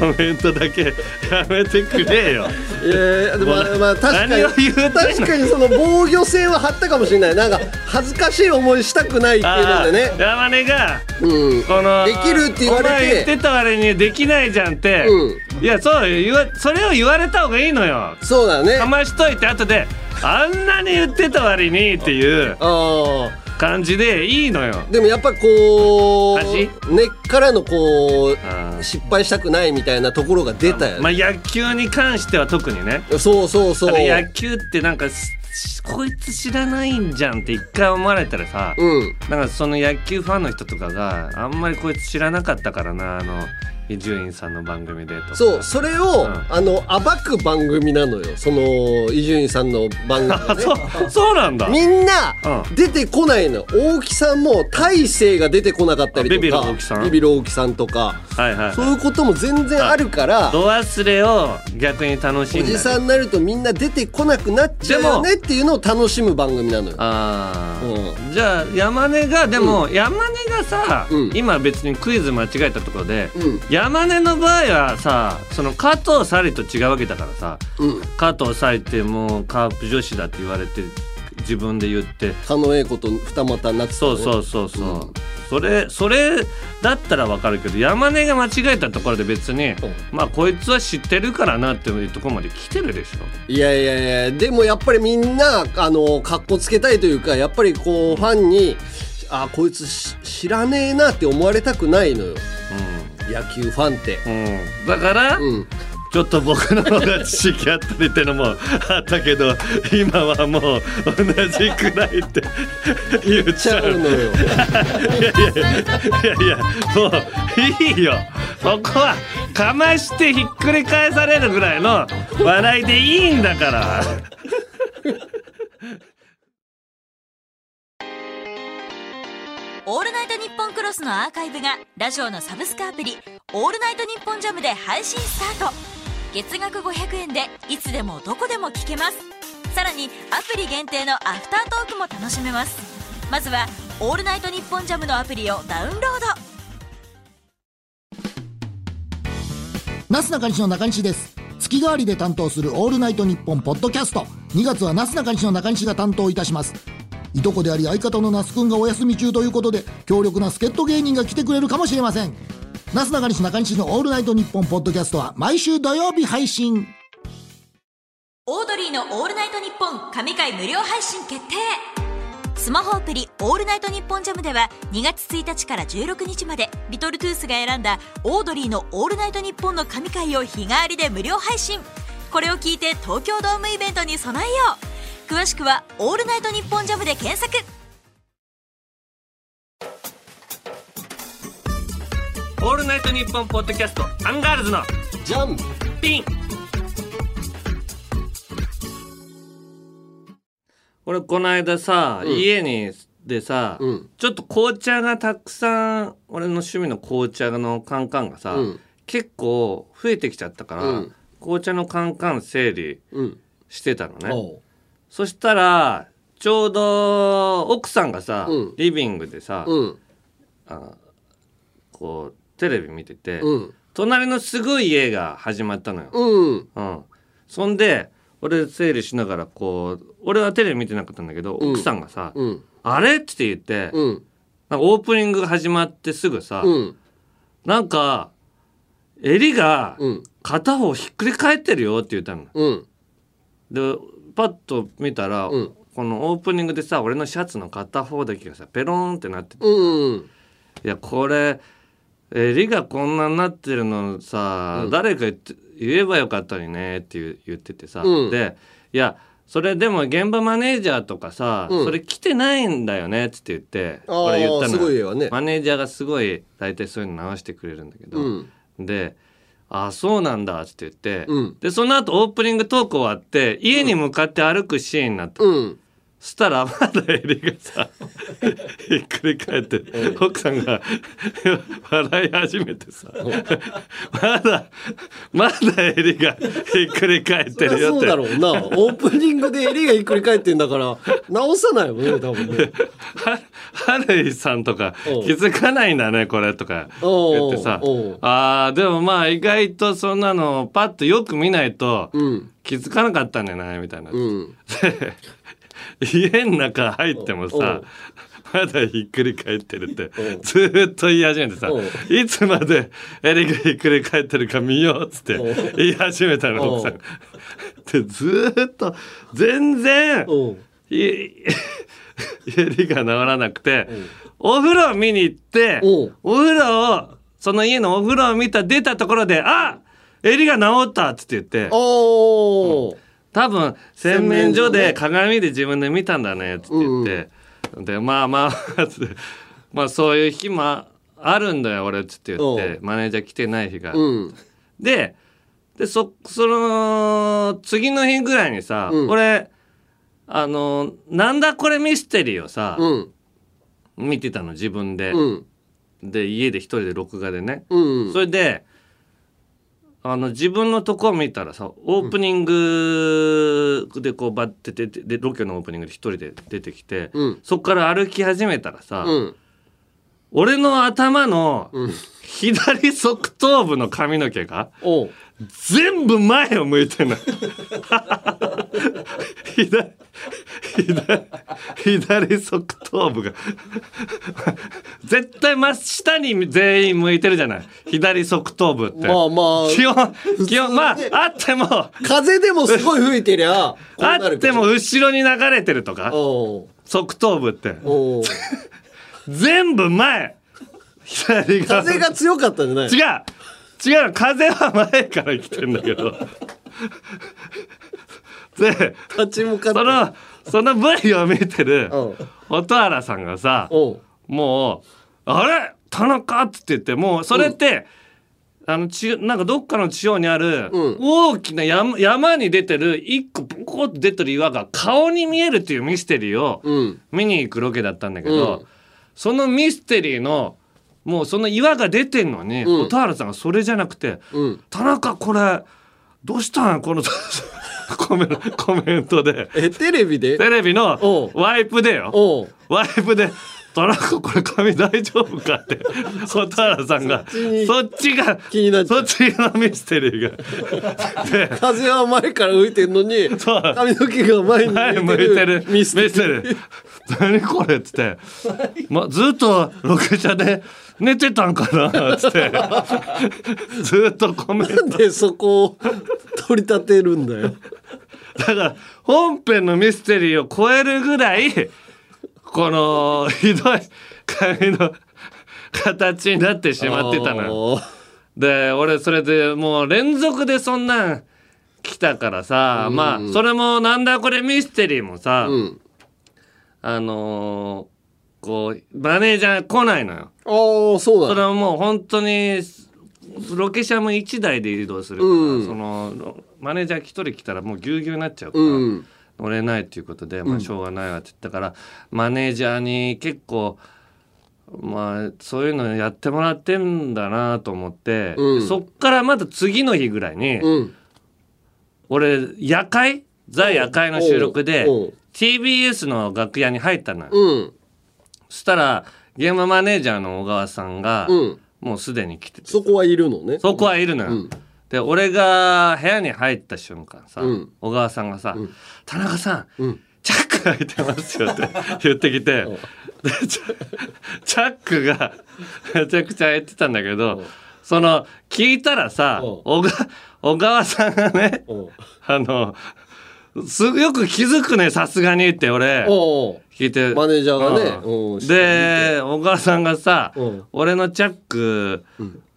Speaker 2: コメントだけやめてくれ よ。
Speaker 3: えー、でもまあまあ確か
Speaker 2: 何を言
Speaker 3: に
Speaker 2: うてんの
Speaker 3: 確かにその防御線は張ったかもしれないなんか恥ずかしい思いしたくないっていう
Speaker 2: あ
Speaker 3: の
Speaker 2: あ
Speaker 3: でね
Speaker 2: 山根が
Speaker 3: うん
Speaker 2: この
Speaker 3: できるって言われて
Speaker 2: お前言ってた割にできないじゃんって、
Speaker 3: う
Speaker 2: いやそうよ言わそれを言われた方がいいのよ
Speaker 3: そうだね
Speaker 2: かましといて後であんなに言ってた割にっていう
Speaker 3: あ
Speaker 2: 感じでいいのよ
Speaker 3: ーでもやっぱこう
Speaker 2: 恥
Speaker 3: 根っからのこ
Speaker 2: あー
Speaker 3: う失敗したくないみたいなところが出たよ
Speaker 2: まあ
Speaker 3: ね
Speaker 2: 野球に関しては特にね
Speaker 3: そうそうそう
Speaker 2: ただ野球ってなんかししこいつ知らないんじゃんって一回思われたらさ、
Speaker 3: うん
Speaker 2: なんかその野球ファンの人とかがあんまりこいつ知らなかったからなあの伊集院さんの番組でとか
Speaker 3: そうそれを、
Speaker 2: うん
Speaker 3: あの暴く番組なのよその伊集院さんの番組は
Speaker 2: あ
Speaker 3: ね
Speaker 2: そうそうなんだ
Speaker 3: みんな
Speaker 2: うん
Speaker 3: 出てこないの大木さんも大勢が出てこなかったりとか
Speaker 2: あビビる大木さん
Speaker 3: ビビる大木さんとか
Speaker 2: はいはい
Speaker 3: そういうことも全然あるから
Speaker 2: 度忘れを逆に楽し
Speaker 3: お
Speaker 2: んだり
Speaker 3: じさんになるとみんな出てこなくなっちゃうよねっていうのを楽しむ番組なのよ
Speaker 2: あー、じゃあ山根がでも、山根がさ、
Speaker 3: うん
Speaker 2: 今別にクイズ間違えたところで、
Speaker 3: うん
Speaker 2: 山根の場合はさその加藤沙莉と違うわけだからさ、
Speaker 3: うん
Speaker 2: 加藤沙莉ってもうカープ女子だって言われて自分で言って
Speaker 3: 狩野英孝と二股夏
Speaker 2: そうそううそうそう、
Speaker 3: うん
Speaker 2: それそれだったらわかるけど山根が間違えたところで別に、まあこいつは知ってるからなっていうところまで来てるでしょ
Speaker 3: いやいやいやでもやっぱりみんなあのかっこつけたいというかやっぱりこうファンにあこいつし知らねえなって思われたくないのよ野球ファンって
Speaker 2: う。ん、うん、だから、
Speaker 3: うん
Speaker 2: ちょっと僕の方が知識あったりってのも あったけど今はもう同じくらいって言っ
Speaker 3: ち
Speaker 2: ち
Speaker 3: ゃ
Speaker 2: ゃ
Speaker 3: う
Speaker 2: う
Speaker 3: の
Speaker 2: い
Speaker 3: よ。
Speaker 2: やいやいやいやもういいよそこはかましてひっくり返されるぐらいの笑いでいいんだから
Speaker 4: オールナイトニッポンクロスのアーカイブがラジオのサブスクアプリ「オールナイトニッポンジャムで配信スタート月額500円でいつでもどこでも聞けますさらにアプリ限定のアフタートークも楽しめますまずは「オールナイトニッポンジャムのアプリをダウンロード
Speaker 5: なすなかにしの中西です月替わりで担当する「オールナイトニッポン」ポッドキャスト2月はなすなかにしの中西が担当いたしますいとこであり相方の那須くんがお休み中ということで強力な助っ人芸人が来てくれるかもしれませんなすなかにし中西の「オールナイトニッポン」ポッドキャストは毎週土曜日配信
Speaker 4: オードリーの「オールナイトニッポン」神回無料配信決定スマホアプリ「オールナイトニッポンジャムでは2月1日から16日までリトルトゥースが選んだオードリーの「オールナイトニッポン」の神回を日替わりで無料配信これを聞いて東京ドームイベントに備えよう詳しくは「オールナイトニッポンジャムで検索
Speaker 2: 「オールナイトニッポン」ポッドキャストアンガールズの
Speaker 3: ジャンプ
Speaker 2: ピン俺この間さ、家にでさ、
Speaker 3: うん
Speaker 2: ちょっと紅茶がたくさん俺の趣味の紅茶のカンカンがさ、
Speaker 3: うん
Speaker 2: 結構増えてきちゃったから、
Speaker 3: うん
Speaker 2: 紅茶のカンカン整理
Speaker 3: うん。
Speaker 2: してたのね
Speaker 3: おう
Speaker 2: そしたら
Speaker 6: ちょうど奥さんがさ、
Speaker 3: うん
Speaker 6: リビングでさ、
Speaker 3: うん
Speaker 6: あのこうテレビ見てて、
Speaker 3: うん
Speaker 6: 隣のすごい家が始まったのよ。
Speaker 3: うん
Speaker 6: うん、そんで俺整理しながらこう俺はテレビ見てなかったんだけ
Speaker 3: ん
Speaker 6: ど、奥さんがさ「
Speaker 3: うん
Speaker 6: あれ?」って言って、
Speaker 3: うん
Speaker 6: なんかオープニングが始まってすぐさ、
Speaker 3: うん
Speaker 6: なんか襟が
Speaker 3: うん
Speaker 6: 片方ひっくり返ってるよって言ったの。
Speaker 3: うん
Speaker 6: でパッと見たら、
Speaker 3: ん
Speaker 6: このオープニングでさ俺のシャツの片方だけがさペローンってなってて、い
Speaker 3: うん
Speaker 6: やこれ襟がこんなになってるのさ、誰か言って言えばよかったのにねって言う言っててさ、
Speaker 3: うん
Speaker 6: でいやそれでも現場マネージャーとかさ、
Speaker 3: うん
Speaker 6: それ来てないんだよねっつって言って
Speaker 3: あー
Speaker 6: 俺言ったの
Speaker 3: すごい絵はね
Speaker 6: マネージャーがすごい大体そういうの直してくれるんだけど、
Speaker 3: うん
Speaker 6: で「あそうなんだ」っつって言って、
Speaker 3: うん
Speaker 6: でその後オープニングトーク終わって家に向かって歩くシーンになった、
Speaker 3: うん
Speaker 6: そしたらまだエリがさひっくり返って奥さんが笑い始めてさまだまだエリがひっくり返ってるよ
Speaker 3: そ
Speaker 6: っ
Speaker 3: う
Speaker 6: て
Speaker 3: だろうなオープニングで襟がひっくり返ってんだから直さないもんね多分ね
Speaker 6: はハレイさんとか
Speaker 3: おう
Speaker 6: 気づかないんだねこれとか
Speaker 3: おう
Speaker 6: 言ってさ
Speaker 3: おう
Speaker 6: あーでもまあ意外とそんなのパッとよく見ないと
Speaker 3: うん
Speaker 6: 気づかなかったんだよねみたいな、
Speaker 3: うん
Speaker 6: で 家の中入っても
Speaker 3: お
Speaker 6: さ
Speaker 3: う
Speaker 6: まだひっくり返ってるって
Speaker 3: おう
Speaker 6: ずーっと言い始めてさ
Speaker 3: おう
Speaker 6: いつまでエリがひっくり返ってるか見ようっつって
Speaker 3: おう
Speaker 6: 言い始めたの
Speaker 3: おう
Speaker 6: 奥さんが。でずーっと全然
Speaker 3: おう
Speaker 6: い 襟が治らなくて、お風呂見に行って、
Speaker 3: おう
Speaker 6: お風呂を、その家のお風呂を見た、出たところで、あ襟が治ったっつって言って、
Speaker 3: おー
Speaker 6: 多分、洗面所で鏡で自分で見たんだねっつって言って、で、まあまあまあ、 つってまあそういう日もあるんだよ、俺っつって言って
Speaker 3: お、
Speaker 6: マネージャー来てない日が。
Speaker 3: うん
Speaker 6: ででそその次の日ぐらいにさ、
Speaker 3: うん
Speaker 6: 俺あの「なんだこれミステリー」をさ、
Speaker 3: うん
Speaker 6: 見てたの自分で、
Speaker 3: うん
Speaker 6: で家で一人で録画でね、
Speaker 3: うん
Speaker 6: それであの自分のとこを見たらさオープニングでこうバッて出てでロケのオープニングで一人で出てきて、
Speaker 3: うん
Speaker 6: そっから歩き始めたらさ、
Speaker 3: うん
Speaker 6: 俺の頭の
Speaker 3: うん
Speaker 6: 左側頭部の髪の毛が。
Speaker 3: おう
Speaker 6: 全部前を向い てんの左左左側頭部が絶対真下に全員向いてるじゃない左側頭部って
Speaker 3: まあまあ
Speaker 6: 基本基本まあ
Speaker 3: 普通ね
Speaker 6: あってもあ
Speaker 3: 風でもすごい吹いてりゃこうなる
Speaker 6: っても後ろに流れてるとか
Speaker 3: おう
Speaker 6: 側頭部って
Speaker 3: おう
Speaker 6: 全部前左側
Speaker 3: 風が強かったんじゃ ない
Speaker 6: 違う違う風は前から来てんだけどで
Speaker 3: 立ち向かって
Speaker 6: そのその V を見てる
Speaker 3: うん
Speaker 6: 蛍原さんがさ
Speaker 3: おう
Speaker 6: もう「あれ田中!」って言ってもうそれって、あのちなんかどっかの地方にある
Speaker 3: うん
Speaker 6: 大きな山山に出てる一個ボコッと出てる岩が顔に見えるっていうミステリーを
Speaker 3: うん
Speaker 6: 見に行くロケだったんだけど、
Speaker 3: うん
Speaker 6: そのミステリーのもうその岩が出てんのに、
Speaker 3: うん
Speaker 6: 蛍原さんがそれじゃなくて
Speaker 3: うん
Speaker 6: 「田中これどうしたんこの コメントコメントで。
Speaker 3: えテレビで
Speaker 6: テレビの
Speaker 3: おう
Speaker 6: ワイプでよ。
Speaker 3: おう
Speaker 6: ワイプで、トラックこれ髪大丈夫か って、蛍原さんが、
Speaker 3: に
Speaker 6: そっちが、
Speaker 3: 気になっちゃ
Speaker 6: そうっちのミステ リーが。で、
Speaker 3: 風は前から吹いてんのに
Speaker 6: そう
Speaker 3: 髪の毛が前に
Speaker 6: 前向
Speaker 3: 向
Speaker 6: い
Speaker 3: い
Speaker 6: て
Speaker 3: て
Speaker 6: る
Speaker 3: る
Speaker 6: ミ
Speaker 3: ミ
Speaker 6: ス
Speaker 3: ス
Speaker 6: テリ
Speaker 3: テリー
Speaker 6: ー。何これっつって、ま、ずっとロケ車で寝てたんかなっ つって、ずっとコメント。
Speaker 3: でそこを取り立てるんだよ
Speaker 6: だから、本編のミステリーを超えるぐらい、この、ひどい髪の形になってしまってたのよ。
Speaker 3: おう
Speaker 6: で俺それでもう連続でそんなん来たからさ、まあそれもなんだこれミステリーもさ、
Speaker 3: うん
Speaker 6: あのーこうマネージャー来ないのよ。
Speaker 3: ああそう
Speaker 6: そ
Speaker 3: だ
Speaker 6: れはもう本当にロケ車も1台で移動するから、
Speaker 3: うん
Speaker 6: そのロマネージャー1人来たらもうぎゅうぎゅうになっちゃうから。
Speaker 3: うん
Speaker 6: 乗れないということで、まあ、しょうがないわって言ったから、マネージャーに結構、まあ、そういうのやってもらってんだなと思って、
Speaker 3: うん
Speaker 6: そっからまた次の日ぐらいに、
Speaker 3: うん
Speaker 6: 俺夜会在赤井の収録で
Speaker 3: うんうん
Speaker 6: TBS の楽屋に入ったのよ、
Speaker 3: うん
Speaker 6: そしたらゲームマネージャーの小川さんが、
Speaker 3: うん
Speaker 6: もうすでに来てて
Speaker 3: そこはいるのね
Speaker 6: そこはいるのよ、
Speaker 3: うん
Speaker 6: で俺が部屋に入った瞬間さ、
Speaker 3: うん
Speaker 6: 小川さんがさ「田中さん、
Speaker 3: うん
Speaker 6: チャック開いてますよ」って 言ってきてでチャチャックが めちゃくちゃ開いてたんだけどその聞いたらさ
Speaker 3: うん
Speaker 6: 小が小川さんがね
Speaker 3: おう
Speaker 6: あのすよく気づくねさすがにって俺
Speaker 3: おう
Speaker 6: 聞いて
Speaker 3: マネージャーがね
Speaker 6: うん
Speaker 3: うん
Speaker 6: で小川さんがさ、
Speaker 3: うん
Speaker 6: 俺のチャック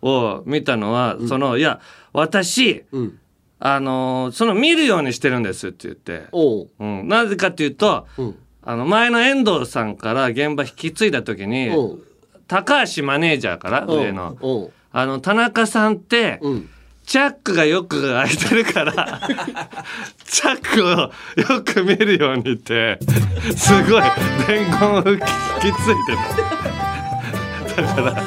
Speaker 6: を見たのは、そのいや私、
Speaker 3: ん
Speaker 6: あのーその見るようにしてるんですって言って、
Speaker 3: おう
Speaker 6: うん、なぜかっていうと、
Speaker 3: ん
Speaker 6: あの前の遠藤さんから現場引き継いだ時に、
Speaker 3: うん
Speaker 6: 高橋マネージャーから上の、
Speaker 3: おう
Speaker 6: あの田中さんって、
Speaker 3: うん
Speaker 6: チャックがよく開いてるから、 チャックをよく見るようにって、すごい伝言をききついてた。だから、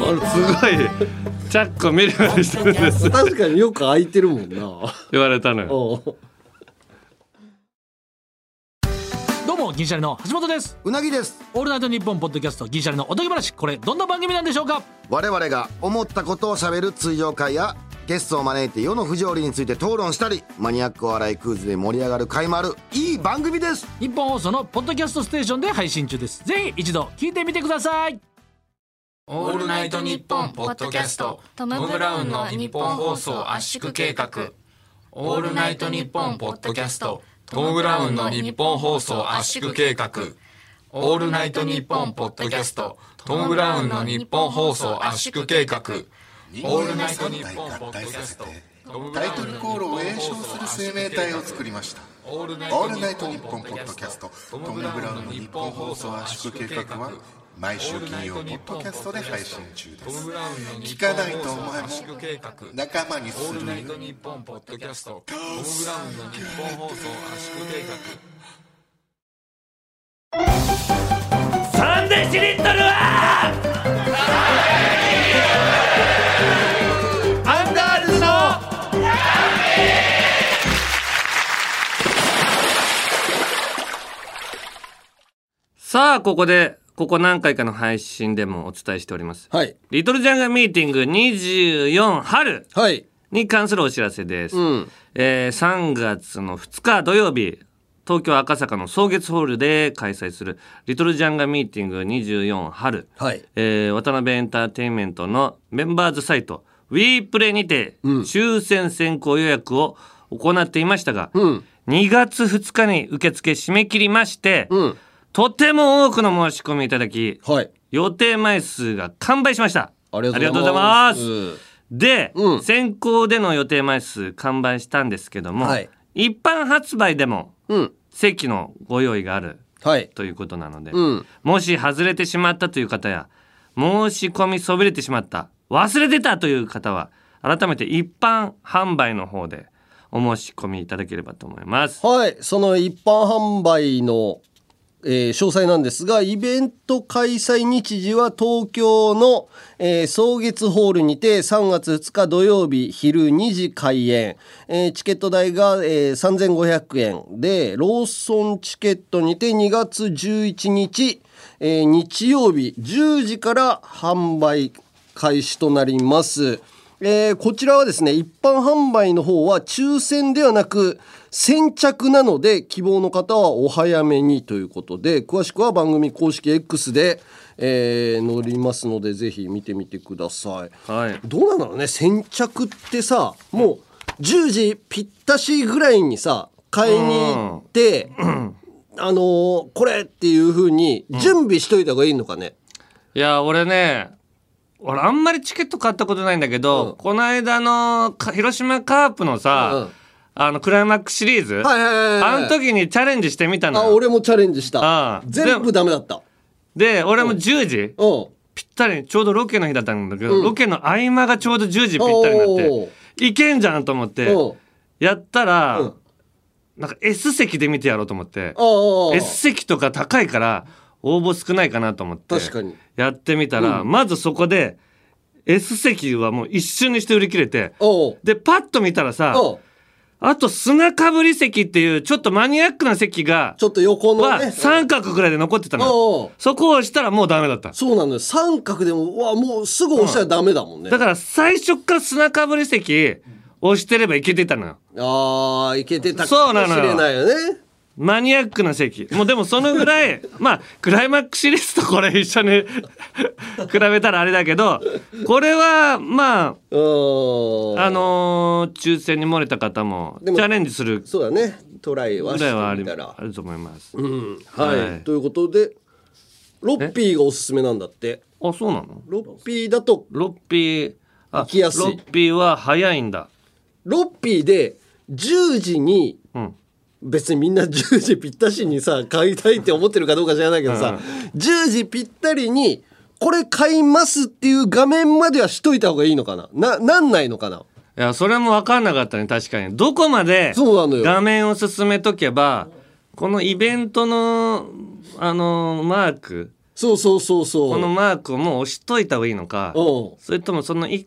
Speaker 6: 俺すごい、チャックを見るようにしてるんですって
Speaker 3: 確かによく空いてるもんな
Speaker 6: 言われたのよ。
Speaker 3: おう
Speaker 5: どうも銀シャリの橋本です
Speaker 7: うなぎです
Speaker 5: オールナイトニッポンポッドキャスト銀シャリのおとぎ話これどんな番組なんでしょうか
Speaker 7: 我々が思ったことをしゃべる通常会やゲストを招いて世の不条理について討論したりマニアックお笑いクイズで盛り上がる会もあるいい番組です
Speaker 5: 日本放送のポッドキャストステーションで配信中ですぜひ一度聞いてみてください
Speaker 8: オールナイトニッポンポッドキャストトム・ブラウンの日本放送圧縮計画オールナイトニッポンポッドキャストトム・ブラウンの日本放送圧縮計画オールナイトニッポンポッドキャストトム・ブラウンの日本放送圧縮計画オールナイトニッポンポッドキャスト
Speaker 9: タイトルコールを栄唱する生命体を作りましたオールナイトニッポンポッドキャストトム・ブラウンの日本放送圧縮計画は毎週金曜ポッドキャストで配信中です聞かないとお前も
Speaker 8: 計画
Speaker 9: 仲間に
Speaker 8: オ
Speaker 9: す
Speaker 8: ール
Speaker 9: る
Speaker 8: ナイトニッポンポッドキャストトム・ブラウンの日本放送圧縮計画
Speaker 6: サンデシリットルはアンダールズのさあここでここ何回かの配信でもお伝えしております、
Speaker 3: はい
Speaker 6: リトルジャンガミーティング24春
Speaker 3: はい
Speaker 6: に関するお知らせです、
Speaker 3: うん
Speaker 6: えー3月の2日土曜日東京赤坂の草月ホールで開催する「リトルジャンガミーティング24春」
Speaker 3: はい
Speaker 6: えー渡辺エンターテインメントのメンバーズサイト w e プレにて抽選選考予約を行っていましたが、2月2日に受付締め切りまして、
Speaker 3: うん
Speaker 6: とても多くの申し込みいただき
Speaker 3: はい
Speaker 6: 予定枚数が完売しました
Speaker 3: ありがとうございます
Speaker 6: で、
Speaker 3: うん
Speaker 6: 先行での予定枚数完売したんですけども、
Speaker 3: はい
Speaker 6: 一般発売でも
Speaker 3: うん
Speaker 6: 席のご用意がある
Speaker 3: はい
Speaker 6: ということなので、
Speaker 3: うん
Speaker 6: もし外れてしまったという方や申し込みそびれてしまった忘れてたという方は改めて一般販売の方でお申し込みいただければと思います。
Speaker 3: はい、その一般販売の、えー詳細なんですが、イベント開催日時は東京の、えー草月ホールにて3月2日土曜日昼2時開演。えーチケット代が、えー3500円で、ローソンチケットにて2月11日、えー日曜日10時から販売開始となります。えーこちらはですね、一般販売の方は抽選ではなく先着なので希望の方はお早めにということで、詳しくは番組公式 X で、えー載りますので、ぜひ見てみてください。
Speaker 6: はい、
Speaker 3: どうなんだろうね、先着ってさ、もう10時ぴったしぐらいにさ、買いに行って、あのーこれっていう風に準備しといた方がいいのかね。
Speaker 6: いや俺ね俺あんまりチケット買ったことないんだけど、この間のか広島カープのさ、
Speaker 3: うん
Speaker 6: あのクライマックスシリーズ、
Speaker 3: はいはいはいはい
Speaker 6: あの時にチャレンジしてみたの
Speaker 3: あ、
Speaker 6: よ
Speaker 3: 俺もチャレンジし
Speaker 6: あ
Speaker 3: た
Speaker 6: あ。
Speaker 3: 全部ダメだった。
Speaker 6: で俺も10時、
Speaker 3: うん。
Speaker 6: ぴったりちょうどロケの日だったんだけど、ロケの合間がちょうど10時ぴったりになっ
Speaker 3: お
Speaker 6: ていけんじゃんと思って
Speaker 3: うん
Speaker 6: やったら、
Speaker 3: うん
Speaker 6: なんか S 席で見てやろうと思って
Speaker 3: ああ
Speaker 6: S 席とか高いから応募少ないかなと思って
Speaker 3: 確かに
Speaker 6: やってみたら、まずそこで S 席はもう一瞬にして売り切れて
Speaker 3: おう
Speaker 6: でパッと見たらさ
Speaker 3: おう
Speaker 6: あと砂かぶり席っていうちょっとマニアックな席が
Speaker 3: ちょっと横の
Speaker 6: は
Speaker 3: ね
Speaker 6: 三角ぐらいで残ってたの
Speaker 3: おう
Speaker 6: よそこを押したらもうダメだった
Speaker 3: そうなのよ三角でもうわもうすぐ押したらダメだもんね、
Speaker 6: だから最初から砂かぶり席押してればいけてたのよ
Speaker 3: ああいけてた
Speaker 6: そ
Speaker 3: か
Speaker 6: うな
Speaker 3: も
Speaker 6: のよ
Speaker 3: しれないよね
Speaker 6: マニアックな席もうでもそのぐらい まあクライマックスシリーズとこれ一緒に 比べたらあれだけどこれはま
Speaker 3: うーん
Speaker 6: ああのー抽選に漏れた方もチ
Speaker 3: も
Speaker 6: ャレンジする
Speaker 3: そうだねトライは
Speaker 6: ぐ
Speaker 3: し
Speaker 6: らいはあ
Speaker 3: てみ
Speaker 6: り
Speaker 3: たら
Speaker 6: あると思います、
Speaker 3: はい、
Speaker 6: はい
Speaker 3: ということでロッピーがおすすめなんだって
Speaker 6: あそうなの
Speaker 3: ロッピーだと
Speaker 6: ロッピーあ
Speaker 3: 行きやすい
Speaker 6: ロッピーは早いんだ
Speaker 3: ロッピーで10時に
Speaker 6: うん
Speaker 3: 別にみんな10時ぴったしにさ買いたいって思ってるかどうか知らないけどさ、10時ぴったりにこれ買いますっていう画面まではしといた方がいいのかなななんないのかない
Speaker 6: やそれも分かんなかったね確かにどこまで
Speaker 3: そうなのよ
Speaker 6: 画面を進めとけばこのイベントのあのーマーク
Speaker 3: そうそうそうそう
Speaker 6: このマークをもう押しといた方がいいのか
Speaker 3: うん
Speaker 6: それともそのい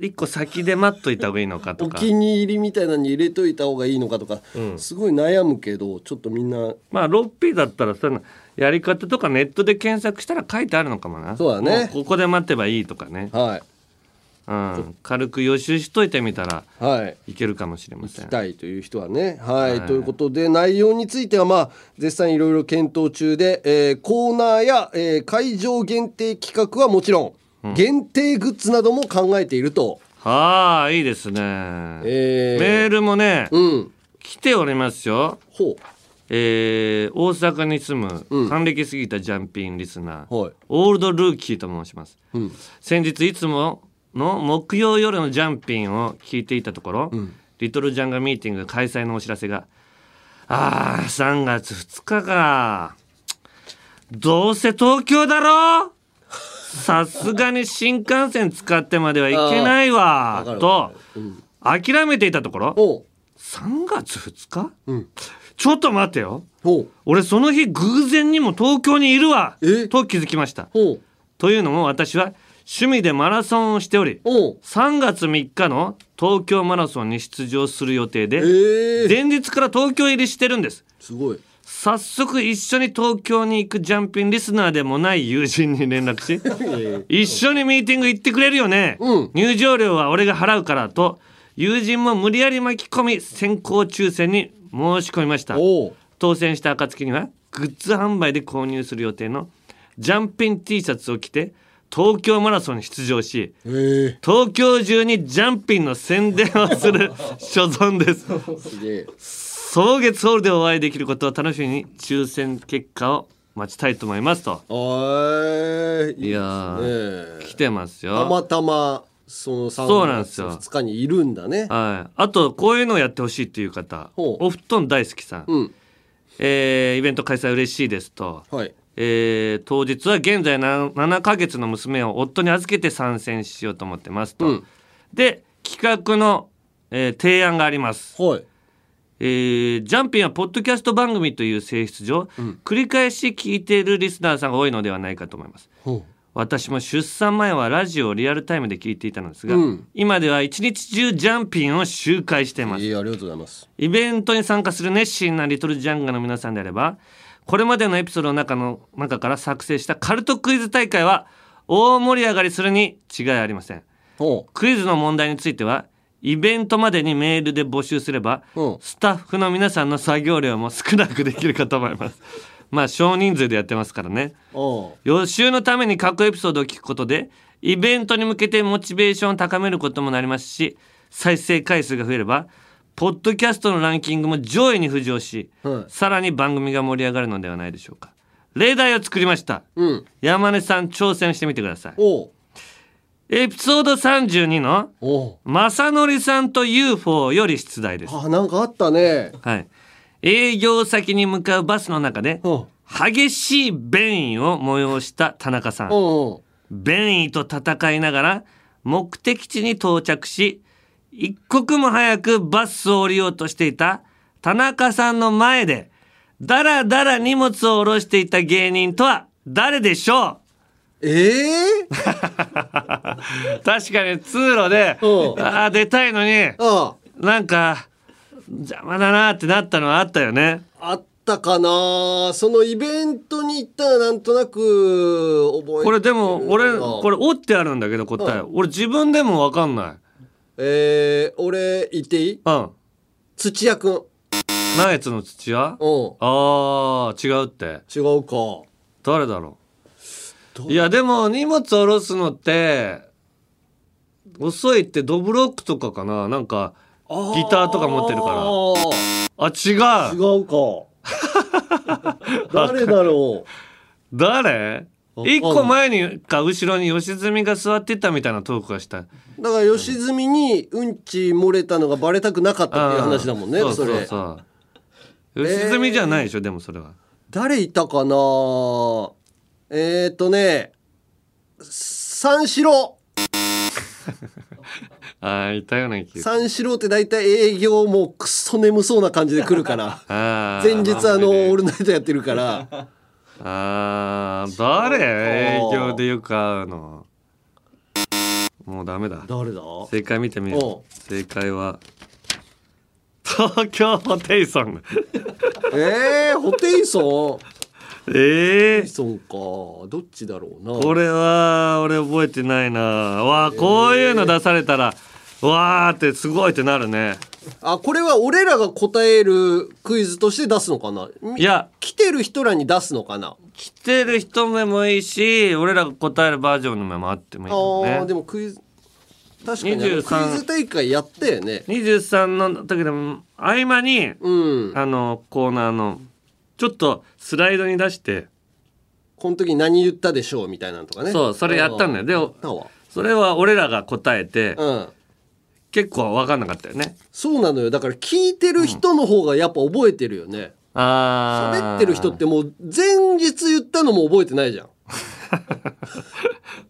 Speaker 6: 一個先で待っといた方がいいのかと
Speaker 3: お
Speaker 6: か
Speaker 3: 気に入りみたいなのに入れといた方がいいのかとか、すごい悩むけどちょっとみんな
Speaker 6: まあロッピーだったらそういうのやり方とかネットで検索したら書いてあるのかもな
Speaker 3: そうだね
Speaker 6: もここで待てばいいとかね、
Speaker 3: はい
Speaker 6: うん、軽く予習しといてみたら
Speaker 3: はい
Speaker 6: いけるかもしれません
Speaker 3: 行きたいという人はね。はい、
Speaker 6: はい
Speaker 3: ということで内容についてはまあ絶賛いろいろ検討中で、えーコーナーや、えー会場限定企画はもちろん、限定グッズなども考えていると。
Speaker 6: はあいいですね、
Speaker 3: えー
Speaker 6: メールもね、
Speaker 3: うん。
Speaker 6: 来ておりますよ
Speaker 3: ほ
Speaker 6: えー大阪に住む還暦過ぎたジャンピンリスナー、
Speaker 3: はい
Speaker 6: オールドルーキーと申します、先日いつもの木曜夜のジャンピンを聞いていたところ、リトルジャンガミーティング開催のお知らせがあー3月2日かどうせ東京だろさすがに新幹線使ってまではいけないわ
Speaker 3: あーわ
Speaker 6: と諦めていたところ
Speaker 3: う。ほ
Speaker 6: 3月2日、ちょっと待てよ
Speaker 3: う。ほう。
Speaker 6: 俺その日偶然にも東京にいるわ
Speaker 3: え
Speaker 6: と気づきました
Speaker 3: ほう。
Speaker 6: というのも私は趣味でマラソンをしており
Speaker 3: ほう。
Speaker 6: 3月3日の東京マラソンに出場する予定で、
Speaker 3: ええー。
Speaker 6: 前日から東京入りしてるんです
Speaker 3: すごい。
Speaker 6: 早速一緒に東京に行くジャンピンリスナーでもない友人に連絡し 一緒にミーティング行ってくれるよね、
Speaker 3: うん
Speaker 6: 入場料は俺が払うからと友人も無理やり巻き込み先行抽選に申し込みました
Speaker 3: おう。
Speaker 6: 当選した暁にはグッズ販売で購入する予定のジャンピン T シャツを着て東京マラソンに出場し
Speaker 3: ええー。
Speaker 6: 東京中にジャンピンの宣伝をする所存です
Speaker 3: すげえ。
Speaker 6: 草月ホールでお会いできることを楽しみに抽選結果を待ちたいと思いますと
Speaker 3: あい。
Speaker 6: いやー
Speaker 3: ねえ
Speaker 6: 来てますよ
Speaker 3: たまたまその
Speaker 6: そうなんですよ
Speaker 3: 3月2日にいるんだね。
Speaker 6: はい、あとこういうのをやってほしいっていう方
Speaker 3: ほう
Speaker 6: お布団大好きさん、
Speaker 3: うん。
Speaker 6: えーイベント開催嬉しいですと、
Speaker 3: はい。
Speaker 6: えー当日は現在な7ヶ月の娘を夫に預けて参戦しようと思ってますと、
Speaker 3: うん
Speaker 6: で企画の、えー提案があります、
Speaker 3: はい。
Speaker 6: えージャンピンはポッドキャスト番組という性質上、繰り返し聞いているリスナーさんが多いのではないかと思います
Speaker 3: ほ
Speaker 6: 私も出産前はラジオをリアルタイムで聞いていたのですが、
Speaker 3: うん。
Speaker 6: 今では一日中ジャンピンを周回していうます
Speaker 3: いいありがとうございます。
Speaker 6: イベントに参加する熱心なリトルジャンガの皆さんであればこれまでのエピソードの中の中から作成したカルトクイズ大会は大盛り上がりするに違いありません
Speaker 3: ほ
Speaker 6: クイズの問題についてはイベントまでにメールで募集すれば、
Speaker 3: うん
Speaker 6: スタッフの皆さんの作業量も少なくできるかと思います まあ少人数でやってますからね
Speaker 3: う。お
Speaker 6: 予習のために過去エピソードを聞くことでイベントに向けてモチベーションを高めることもなりますし再生回数が増えればポッドキャストのランキングも上位に浮上し、
Speaker 3: はい
Speaker 6: さらに番組が盛り上がるのではないでしょうか例題を作りました、
Speaker 3: うん。
Speaker 6: 山根さん挑戦してみてください
Speaker 3: おう。
Speaker 6: エピソード32の
Speaker 3: おう。
Speaker 6: 「正則さんと UFO」より出題です、
Speaker 3: あ、なんかあったね。
Speaker 6: はい、営業先に向かうバスの中で
Speaker 3: うん。
Speaker 6: 激しい便意を催した田中さん
Speaker 3: うん。
Speaker 6: 便意と戦いながら目的地に到着し一刻も早くバスを降りようとしていた田中さんの前でだらだら荷物を下ろしていた芸人とは誰でしょ
Speaker 3: ええ
Speaker 6: う確かに通路で
Speaker 3: うん
Speaker 6: あー出たいのに
Speaker 3: ああ。
Speaker 6: なんか邪魔だなってなったのはあったよね
Speaker 3: あったかなそのイベントに行ったらなんとなく覚えてるな
Speaker 6: これでも俺これ折ってあるんだけど答え、俺自分でも分かんない
Speaker 3: えー、俺言っていい
Speaker 6: うん
Speaker 3: 土屋くんうん
Speaker 6: ナイツの土屋あー違うって
Speaker 3: 違うか
Speaker 6: 誰だろういやでも荷物下ろすのって遅いってドブロックとかかななんかギターとか持ってるからあ違
Speaker 3: 違
Speaker 6: う
Speaker 3: うか誰だろ
Speaker 6: 誰
Speaker 3: わかんない
Speaker 6: 一個前にか後ろに良純が座ってたみたいなトークがした
Speaker 3: うだから吉住にうんち漏れたのがバレたくなかったっていう話だもんね
Speaker 6: あー
Speaker 3: それ
Speaker 6: うそうそう良純じゃないでしょ、でもそれは
Speaker 3: 誰いたかなえー、とね三四郎
Speaker 6: あーいたような気が
Speaker 3: 三四郎って大体営業もうクソ眠そうな感じで来る から
Speaker 6: あー
Speaker 3: 前日あの「オールナイト」やってるから
Speaker 6: あー誰営業でよく会うのもうダメだ
Speaker 3: 誰だ
Speaker 6: 正解見てみよ
Speaker 3: お
Speaker 6: う正解は東京ホテイソン
Speaker 3: えー、ホテイソンホ
Speaker 6: ええ
Speaker 3: テイソンかどっちだろうな
Speaker 6: これは俺覚えてないなわあこういうの出されたら、わーってすごいってなるね
Speaker 3: あこれは俺らが答えるクイズとして出すのかない
Speaker 6: や
Speaker 3: 来てる人らに出すのかな
Speaker 6: 来てる人目もいいし俺らが答えるバージョンの目もあってもいい
Speaker 3: あー、
Speaker 6: かも
Speaker 3: で
Speaker 6: ね
Speaker 3: もクイズ確かにあの
Speaker 6: 23
Speaker 3: クイズ大会やったよね
Speaker 6: 23の時でも合間に
Speaker 3: うん
Speaker 6: あのコーナーのちょっとスライドに出して
Speaker 3: この時何言ったでしょうみたいなのとかね
Speaker 6: そうそれやったんだよで
Speaker 3: やったわ
Speaker 6: それは俺らが答えて
Speaker 3: うん
Speaker 6: 結構分かんなかったよね
Speaker 3: そうなのよだから聞いてる人の方がやっぱ覚えてるよね
Speaker 6: あ
Speaker 3: 喋ってる人ってもう前日言ったのも覚えてないじゃん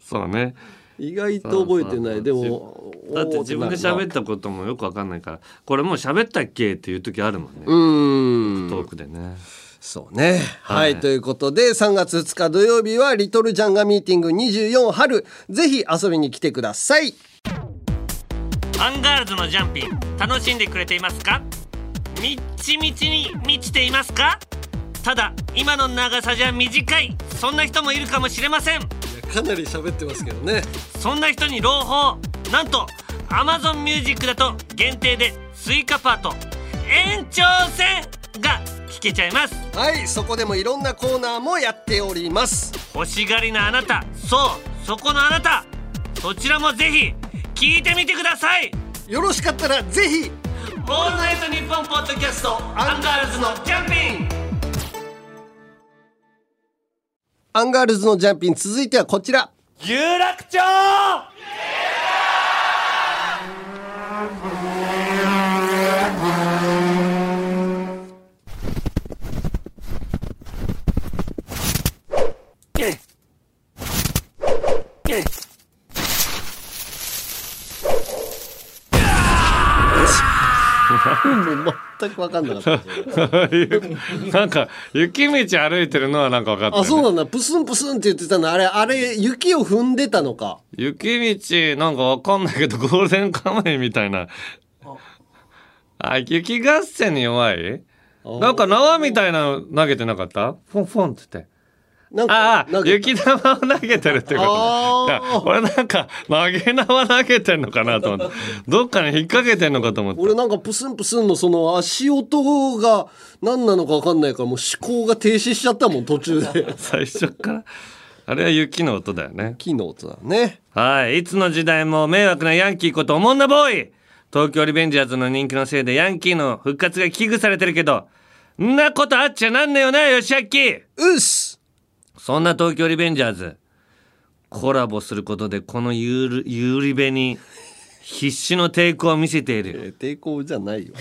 Speaker 6: そうね
Speaker 3: 意外と覚えてない
Speaker 6: そうそうそう
Speaker 3: でも
Speaker 6: だって自分で喋
Speaker 3: っ
Speaker 6: ったこともよく分かんないからこれもう喋ったっけっていう時あるもんね、
Speaker 3: うーん
Speaker 6: トークでね
Speaker 3: そうね。はい、
Speaker 6: はい
Speaker 3: ということで、3月2日土曜日は、リトルジャンガミーティング24春、ぜひ遊びに来てください。
Speaker 6: アンガールズのジャンピン楽しんでくれていますかみっちみちに満ちていますかただ今の長さじゃ短いそんな人もいるかもしれません
Speaker 3: かなり喋ってますけどね。
Speaker 6: そんな人に朗報なんと Amazon ミュージックだと限定でスイカパート延長戦が聞けちゃいます
Speaker 3: はい、そこでもいろんなコーナーもやっております。
Speaker 6: 欲しがりなあなたそうそこのあなたそちらもぜひ聞いてみてください
Speaker 3: よろしかったら、ぜひ、
Speaker 6: オールナイトニッポンポッドキャストアンガールズのジャンピン
Speaker 3: アンガールズのジャンピン、続いてはこちら。
Speaker 6: 有楽町
Speaker 3: 全く分かんなか ったですよ。
Speaker 6: なんか雪道歩いてるのはなんか分かった、
Speaker 3: あ、そうなんだ。プスンプスンって言ってたの。あれ、あれ、雪を踏んでたのか。
Speaker 6: 雪道なんかわかんないけどゴールデンカムイみたいなあ雪合戦に弱いなんか縄みたいなの投げてなかったフォンフォンってって
Speaker 3: なん
Speaker 6: あ
Speaker 3: か、
Speaker 6: あ
Speaker 3: なんか
Speaker 6: 雪玉を投げてるってこと
Speaker 3: あ
Speaker 6: ねいや俺なんか投げ縄投げてんのかなと思ってどっかに引っ掛けてんのかと思って
Speaker 3: 俺なんかプスンプスンのその足音が何なのか分かんないからもう思考が停止しちゃったもん途中 で
Speaker 6: 最初からあれは雪の音だよね
Speaker 3: 木の音だね
Speaker 6: はい。いつの時代も迷惑なヤンキーこと思んなボーイ東京リベンジャーズの人気のせいでヤンキーの復活が危惧されてるけど、んなことあっちゃなんねよな、よしあき
Speaker 3: うっす
Speaker 6: そんな東京リベンジャーズ、コラボすることでこのゆる、ゆりべに必死の抵抗を見せている。
Speaker 3: 抵抗じゃないよ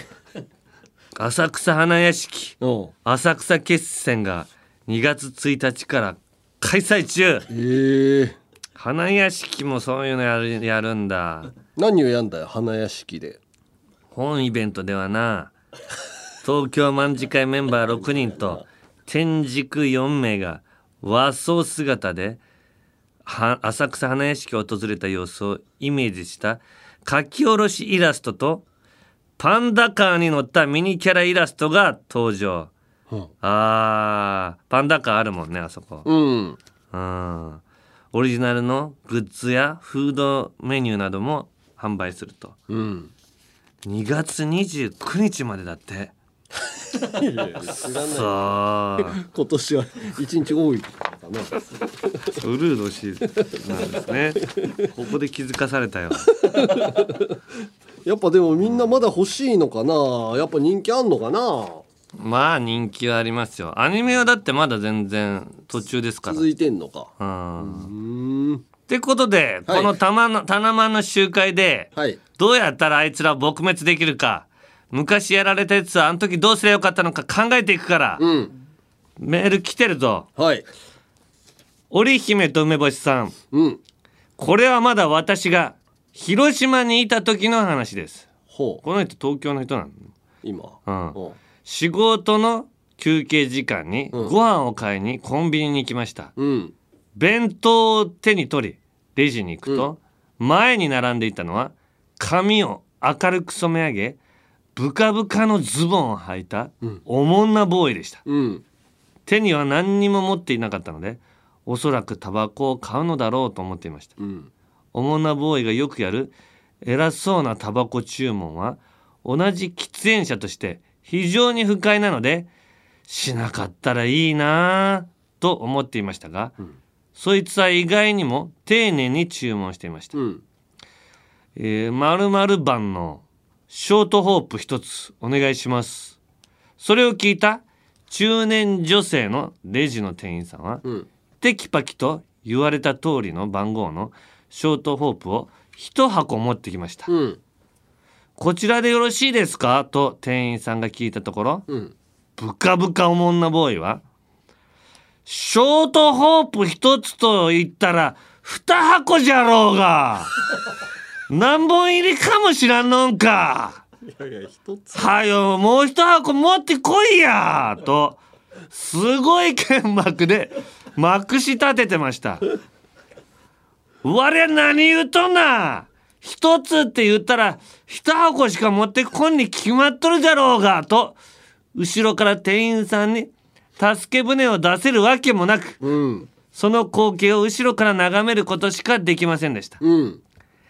Speaker 6: 浅草花屋敷、
Speaker 3: おう
Speaker 6: 浅草決戦が2月1日から開催中
Speaker 3: えー、
Speaker 6: 花屋敷もそういうのやるやるんだ。
Speaker 3: 何をやんだよ花屋敷で
Speaker 6: 本イベントではな東京卍会メンバー6人と天竺4名が和装姿では浅草花屋敷を訪れた様子をイメージした書き下ろしイラストとパンダカーに乗ったミニキャライラストが登場、あーパンダカーあるもんねあそこ
Speaker 3: うん
Speaker 6: うんオリジナルのグッズやフードメニューなども販売すると
Speaker 3: うん
Speaker 6: 2月29日までだってさあ
Speaker 3: 今年は一日多いかな
Speaker 6: ウルードシなんですねここで気づかされたよ
Speaker 3: やっぱでもみんなまだ欲しいのかなやっぱ人気あんのかな
Speaker 6: まあ人気はありますよアニメはだってまだ全然途中ですから
Speaker 3: 続いてんのか
Speaker 6: うん
Speaker 3: うーん
Speaker 6: ってことで、
Speaker 3: はい
Speaker 6: このたまのタナマンの集会で、
Speaker 3: はい
Speaker 6: どうやったらあいつらを撲滅できるか昔やられたやつはあの時どうすればよかったのか考えていくから、
Speaker 3: うん
Speaker 6: メール来てるぞ
Speaker 3: はい
Speaker 6: 織姫と梅干しさん
Speaker 3: うん
Speaker 6: これはまだ私が広島にいた時の話です
Speaker 3: ほう
Speaker 6: この人東京の人なの
Speaker 3: 今
Speaker 6: うん
Speaker 3: ほ
Speaker 6: 仕事の休憩時間に
Speaker 3: うん
Speaker 6: ご飯を買いにコンビニに行きました、
Speaker 3: ううん
Speaker 6: 弁当を手に取りレジに行くと、前に並んでいたのは髪を明るく染め上げブカブカのズボンを履いたおもんなボーイでした、
Speaker 3: うん
Speaker 6: 手には何にも持っていなかったのでおそらくタバコを買うのだろうと思っていました
Speaker 3: うん
Speaker 6: おもんなボーイがよくやる偉そうなタバコ注文は同じ喫煙者として非常に不快なのでしなかったらいいなぁと思っていましたが、そいつは意外にも丁寧に注文していました、
Speaker 3: ん
Speaker 6: えー、〇〇番のショートホープ一つお願いしますそれを聞いた中年女性のレジの店員さんは、
Speaker 3: ん
Speaker 6: テキパキと言われた通りの番号のショートホープを一箱持ってきました、
Speaker 3: うん
Speaker 6: こちらでよろしいですかと店員さんが聞いたところ、
Speaker 3: ん
Speaker 6: ブカブカおもんなボーイは「ショートホープ一つと言ったら二箱じゃろうが何本入りかもしらんのんかはよもう一箱持ってこいや」とすごい剣幕でまくし立ててました。我は何言うとんな一つって言ったら一箱しか持ってこんに決まっとるじゃろうがと後ろから店員さんに助け舟を出せるわけもなく、その光景を後ろから眺めることしかできませんでした、
Speaker 3: うん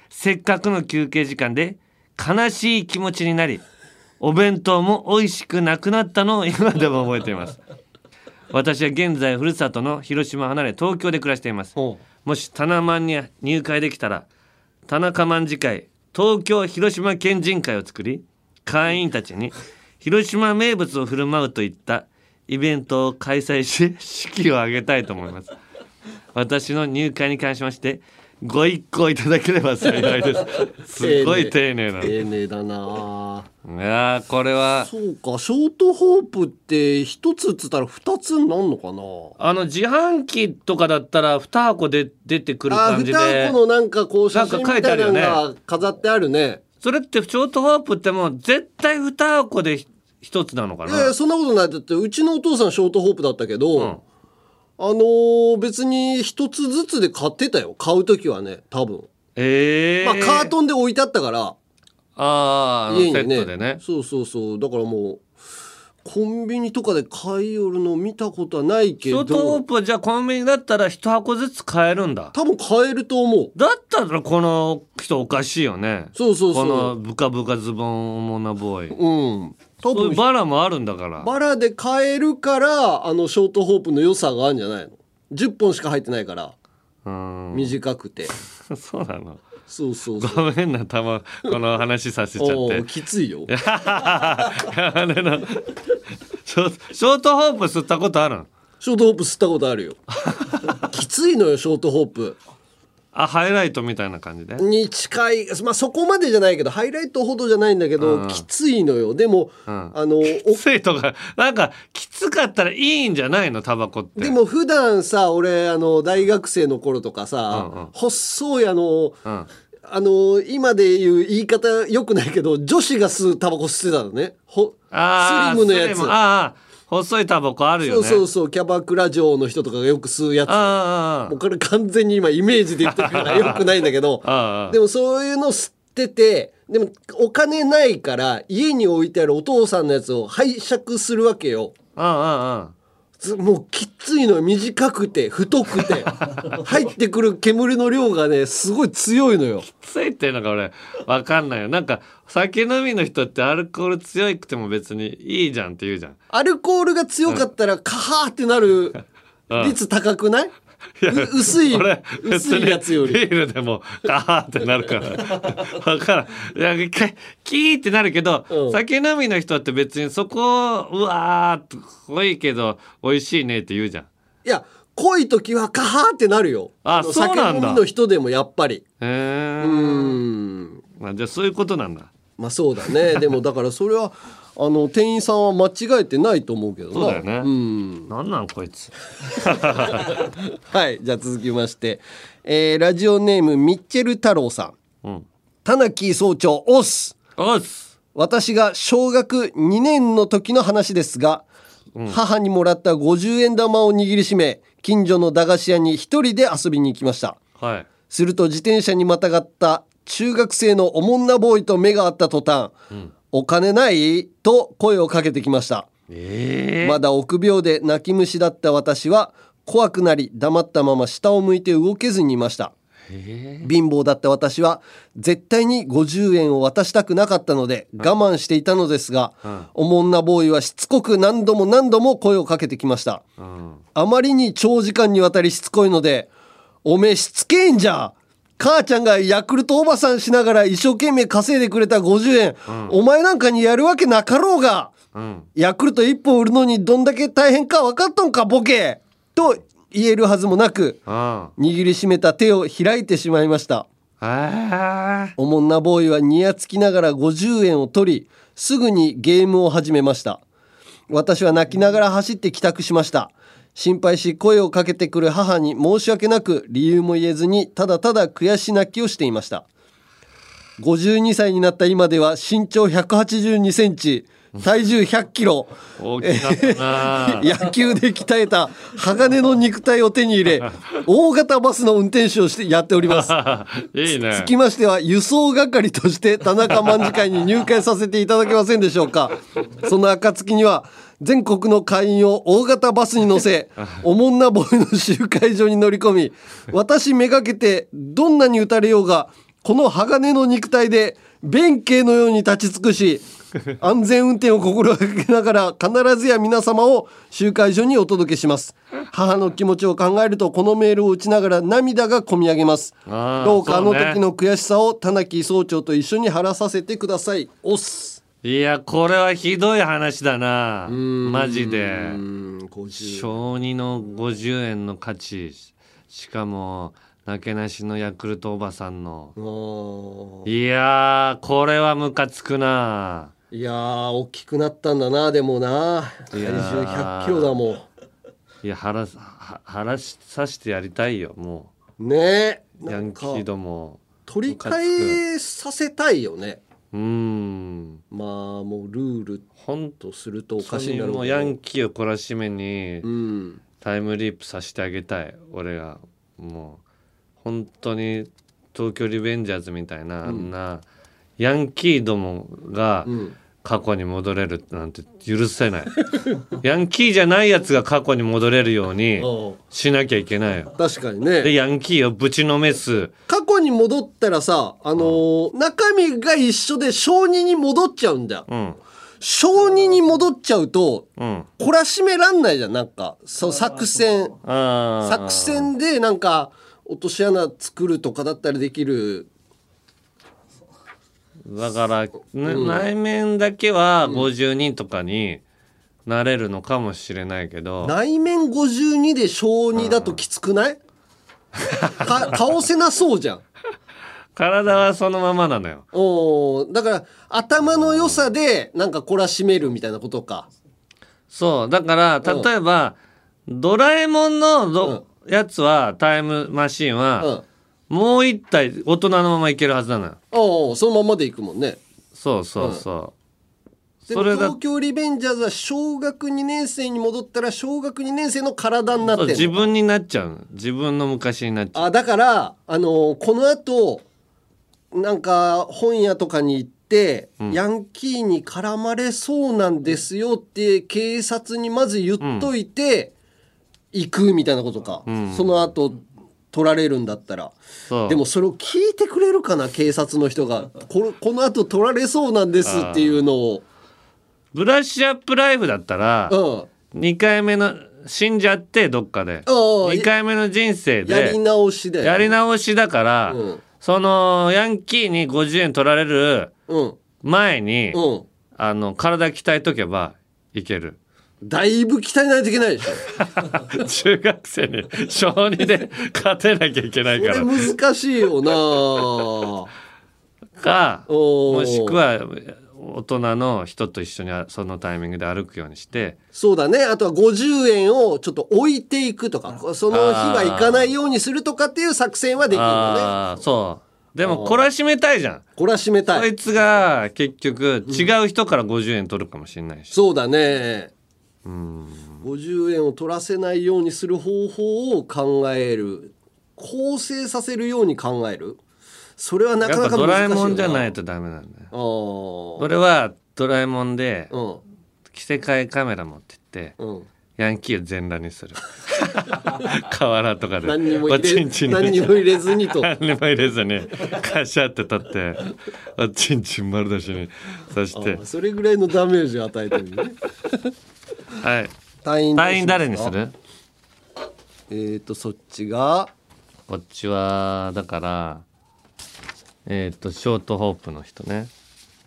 Speaker 6: せっかくの休憩時間で悲しい気持ちになりお弁当も美味しくなくなったのを 今でも覚えています私は現在ふるさとの広島を離れ東京で暮らしています
Speaker 3: ほ
Speaker 6: もしタナマンに入会できたら田中マン次会東京広島県人会を作り会員たちに広島名物を振る舞うといったイベントを開催し式を挙げたいと思います私の入会に関しましてご一行いただければ幸いですすごい丁寧な
Speaker 3: う
Speaker 6: い
Speaker 3: 丁寧だな
Speaker 6: やーこれは
Speaker 3: そうかショートホープって一つっつったら二つになんのかな
Speaker 6: あの自販機とかだったら2箱で出てくる
Speaker 3: あ
Speaker 6: 感
Speaker 3: ー
Speaker 6: じ
Speaker 3: 二
Speaker 6: で
Speaker 3: 箱のなんかこう写真み
Speaker 6: なんか書いて
Speaker 3: た
Speaker 6: あ
Speaker 3: い
Speaker 6: る
Speaker 3: な
Speaker 6: よ
Speaker 3: の
Speaker 6: ね
Speaker 3: が飾ってあるね
Speaker 6: それってショートホープってもう絶対二箱でひ一つなのか
Speaker 3: え
Speaker 6: な、
Speaker 3: ーそんなことないだってうちのお父さんショートホープだったけど、あのー別に一つずつで買ってたよ買う時はね多分、
Speaker 6: ええ
Speaker 3: まあカートンで置いてあったから
Speaker 6: あーあの
Speaker 3: 家
Speaker 6: セ
Speaker 3: に
Speaker 6: ッ
Speaker 3: ね
Speaker 6: トでね
Speaker 3: そうそうそうだからもうコンビニとかで買い寄るの見たことはないけ
Speaker 6: ショートホー
Speaker 3: ど
Speaker 6: プはじゃあコンビニだったら一箱ずつ買えるんだ
Speaker 3: 多分買えると思う
Speaker 6: だったらこの人おかしいよね
Speaker 3: そうそうそう
Speaker 6: このブカブカズボンおもんなボーイ
Speaker 3: うん多
Speaker 6: そうい
Speaker 3: 分
Speaker 6: うバラもあるんだから
Speaker 3: バラで買えるからあのショートホープの良さがあるんじゃないの10本しか入ってないから
Speaker 6: うーん
Speaker 3: 短くて、
Speaker 6: そうなの
Speaker 3: そうそうそう
Speaker 6: ごめんなたまこの話させちゃっ
Speaker 3: お
Speaker 6: て
Speaker 3: ーきついよ
Speaker 6: あれのショショートホープ吸ったことあるの
Speaker 3: ショートホープ吸ったことあるよきついのよショートホープ
Speaker 6: あハイライトみたいな感じで
Speaker 3: に近い、まあ、そこまでじゃないけどハイライトほどじゃないんだけど、きついのよでも、あのお
Speaker 6: きついとかなんかきつかったらいいんじゃないのタバコって
Speaker 3: でも普段さ俺あの大学生の頃とか
Speaker 6: うんう
Speaker 3: さ
Speaker 6: ん
Speaker 3: 細いあの、
Speaker 6: ん
Speaker 3: あの今で言う言い方よくないけど女子が吸うタバコ吸ってたのねほ
Speaker 6: あー
Speaker 3: スリムのやつ
Speaker 6: スリムああ細いタバコあるよ
Speaker 3: そう
Speaker 6: ね
Speaker 3: そうそうキャバクラ嬢の人とかがよく吸うやつ
Speaker 6: あー
Speaker 3: もうこれ完全に今イメージで言ってるからよくないんだけど
Speaker 6: あーあー
Speaker 3: でもそういうの吸っててでもお金ないから家に置いてあるお父さんのやつを拝借するわけよ
Speaker 2: あああ
Speaker 3: つもうきついのよ短くて太 くて入ってくる煙の量がねすごい強いのよ
Speaker 2: ついてるのか俺わかんないよなんか酒飲みの人ってアルコール強くても別にいいじゃんって言うじゃん
Speaker 3: アルコールが強かったらカハーってなる
Speaker 2: うん
Speaker 3: 率高くない、
Speaker 2: いや
Speaker 3: う薄い
Speaker 2: 俺
Speaker 3: 薄いやつより
Speaker 2: 別にビールでもカーってなるからわからんいやけキーってなるけど、
Speaker 3: うん
Speaker 2: 酒飲みの人って別にそこうわーっと濃いけど美味しいねって言うじゃん
Speaker 3: いや濃い時はカハーってなるよ
Speaker 2: あ
Speaker 3: の
Speaker 2: そうなんだ
Speaker 3: 酒飲みの人でもやっぱり
Speaker 2: へ
Speaker 3: う
Speaker 2: え
Speaker 3: ん
Speaker 2: まあじゃあそういうことなんだ
Speaker 3: まあそうだねでもだからそれはあの店員さんは間違えてないと思うけどな
Speaker 2: そうだよね
Speaker 3: うん
Speaker 2: なんなんこいつ
Speaker 3: はいじゃあ続きまして、えーラジオネームミッチェル太郎さん
Speaker 2: うん
Speaker 3: 田中総長オス
Speaker 2: おっす
Speaker 3: 私が小学2年の時の話ですが、母にもらった50円玉を握りしめ近所の駄菓子屋に一人で遊びに行きました
Speaker 2: はい
Speaker 3: すると自転車にまたがった中学生のおもんなボーイと目が合った途端、お金ないと声をかけてきました
Speaker 2: ええ
Speaker 3: まだ臆病で泣き虫だった私は怖くなり黙ったまま下を向いて動けずにいました貧乏だった私は絶対に50円を渡したくなかったので我慢していたのですが、おもんなボーイはしつこく何度も何度も声をかけてきました、あまりに長時間にわたりしつこいので「おめえしつけえんじゃ母ちゃんがヤクルトおばさんしながら一生懸命稼いでくれた50円、お前なんかにやるわけなかろうが!」
Speaker 2: うん
Speaker 3: ヤクルト1本売るのにどんだけ大変か分かっとんかボケと言えるはずもなく
Speaker 2: あ
Speaker 3: 握りしめた手を開いてしまいました
Speaker 2: ああ
Speaker 3: おもんなボーイはニヤつきながら50円を取りすぐにゲームを始めました私は泣きながら走って帰宅しました心配し声をかけてくる母に申し訳なく理由も言えずにただただ悔し泣きをしていました52歳になった今では身長182センチ体重100キロ
Speaker 2: 大きかったな
Speaker 3: 野球で鍛えた鋼の肉体を手に入れ大型バスの運転手をしてやっております
Speaker 2: いいね
Speaker 3: つきましては輸送係として田中卍会に入会させていただけませんでしょうかその暁には全国の会員を大型バスに乗せおもんなボーイの集会所に乗り込み私めがけてどんなに打たれようがこの鋼の肉体で弁慶のように立ち尽くし 安全運転を心がけながら必ずや皆様を集会所にお届けします母の気持ちを考えるとこのメールを打ちながら涙がこみ上げます
Speaker 2: あー
Speaker 3: どうかあの
Speaker 2: そうね
Speaker 3: 時の悔しさを田中総長と一緒に晴らさせてください。おっす。
Speaker 2: いやこれはひどい話だなマジで
Speaker 3: うん、50
Speaker 2: 小2の50円の価値しかもなけなしのヤクルトおばさんの
Speaker 3: あ
Speaker 2: い
Speaker 3: ー
Speaker 2: やーこれはムカつくない
Speaker 3: やー、大きくなったんだな、でもな。体重
Speaker 2: やー
Speaker 3: 100キロだも
Speaker 2: いや腹さは腹さしてやりたいよも
Speaker 3: ん。ねえ。
Speaker 2: う
Speaker 3: な
Speaker 2: ヤ
Speaker 3: ん
Speaker 2: ン
Speaker 3: か
Speaker 2: キーども
Speaker 3: 取り返させたいよね。
Speaker 2: うーん
Speaker 3: まあ、もうルール
Speaker 2: 本当
Speaker 3: とするとお
Speaker 2: お
Speaker 3: かしいんだろ
Speaker 2: も
Speaker 3: う
Speaker 2: う
Speaker 3: け
Speaker 2: ヤ
Speaker 3: ど
Speaker 2: ン。キーを懲らしめに
Speaker 3: うん。
Speaker 2: タイムリープさせてあげたい俺がもう本当に東京リベンジャーズみたいな、あんなヤンキーどもが
Speaker 3: ん
Speaker 2: 過去に戻れるなんて許せない ヤンキーじゃないやつが過去に戻れるように
Speaker 3: うん
Speaker 2: しなきゃいけないよ
Speaker 3: 確かに
Speaker 2: で
Speaker 3: ね。
Speaker 2: ヤンキーをぶちのめす
Speaker 3: 過去に戻ったらさ、あのー中身が一緒で小児に戻っちゃうんだよ。
Speaker 2: うん
Speaker 3: 小児に戻っちゃうと、
Speaker 2: うん
Speaker 3: 懲らしめらんないじゃんなんかそう作戦
Speaker 2: あー
Speaker 3: 作戦でなんか落とし穴作るとかだったらできる
Speaker 2: だから、ね内面だけは50人とかになれるのかもしれないけど、
Speaker 3: 内面52で小2だときつくないか顔せなそうじゃん
Speaker 2: 体はそのままなのよ
Speaker 3: おーだから頭の良さでなんか懲らしめるみたいなことか
Speaker 2: そうだから
Speaker 3: うん
Speaker 2: 例えば、ドラえもんのどやつはタイムマシンは、もう一体大人のままいけるはずなのよ
Speaker 3: おーそのままでいくもんね
Speaker 2: そうそうそう、
Speaker 3: で
Speaker 2: それだ
Speaker 3: 東京リベンジャーズは小学2年生に戻ったら小学2年生の体になっ
Speaker 2: そ
Speaker 3: て
Speaker 2: うん
Speaker 3: の
Speaker 2: 自分になっちゃうの自分の昔になっちゃう
Speaker 3: あだからあのーこの後なんか本屋とかに行って、ヤンキーに絡まれそうなんですよって警察にまず言っといて、行くみたいなことか、その後取られるんだったら
Speaker 2: そう
Speaker 3: でもそれを聞いてくれるかな警察の人がこれこの後取られそうなんですっていうのを、
Speaker 2: ブラッシュアップライフだったら、
Speaker 3: うん、
Speaker 2: 2回目の死んじゃってどっかで
Speaker 3: うん
Speaker 2: 2回目の人生で
Speaker 3: やり直しだよね
Speaker 2: やり直しだから、
Speaker 3: うん
Speaker 2: そのヤンキーに50円取られる
Speaker 3: うん
Speaker 2: 前に、
Speaker 3: うん
Speaker 2: あの体鍛えとけばいける
Speaker 3: だいぶ鍛えないといけないでしょ
Speaker 2: 中学生 に小2で勝てなきゃいけない
Speaker 3: こ
Speaker 2: か
Speaker 3: れ
Speaker 2: ら
Speaker 3: 難しいよ な
Speaker 2: か
Speaker 3: おー
Speaker 2: もしくは大人の人と一緒にそのタイミングで歩くようにして
Speaker 3: そうだねあとは50円をちょっと置いていくとかその日は行かないようにするとかっていう作戦はできるのね
Speaker 2: ああそうでも懲らしめたいじゃん
Speaker 3: これは締めた
Speaker 2: こ
Speaker 3: い
Speaker 2: いつが結局違う人から50円取るかもしれないし、
Speaker 3: そうだね50円を取らせないようにする方法を考える構成させるように考えるそれはなか
Speaker 2: や
Speaker 3: な
Speaker 2: っぱド
Speaker 3: か
Speaker 2: ラ
Speaker 3: 難しい
Speaker 2: え
Speaker 3: よ
Speaker 2: もんじゃないとダメなんだよ
Speaker 3: あー
Speaker 2: 俺はドラえもんで
Speaker 3: うん
Speaker 2: 着せ替えカメラ持ってって
Speaker 3: うん
Speaker 2: ヤンキーを全裸にする 瓦とかで
Speaker 3: 何にも
Speaker 2: お
Speaker 3: 入
Speaker 2: ち
Speaker 3: れ
Speaker 2: んちん
Speaker 3: 何に
Speaker 2: に
Speaker 3: も入れずにと
Speaker 2: 何にも入れずにカシャって立っておちんちん丸出しに そして
Speaker 3: それぐらいのダメージを与えてるね
Speaker 2: はい
Speaker 3: 隊員どうしますか
Speaker 2: 隊員誰にする
Speaker 3: えーとそっちが
Speaker 2: こっちはだからえっ、とショートホープの人ね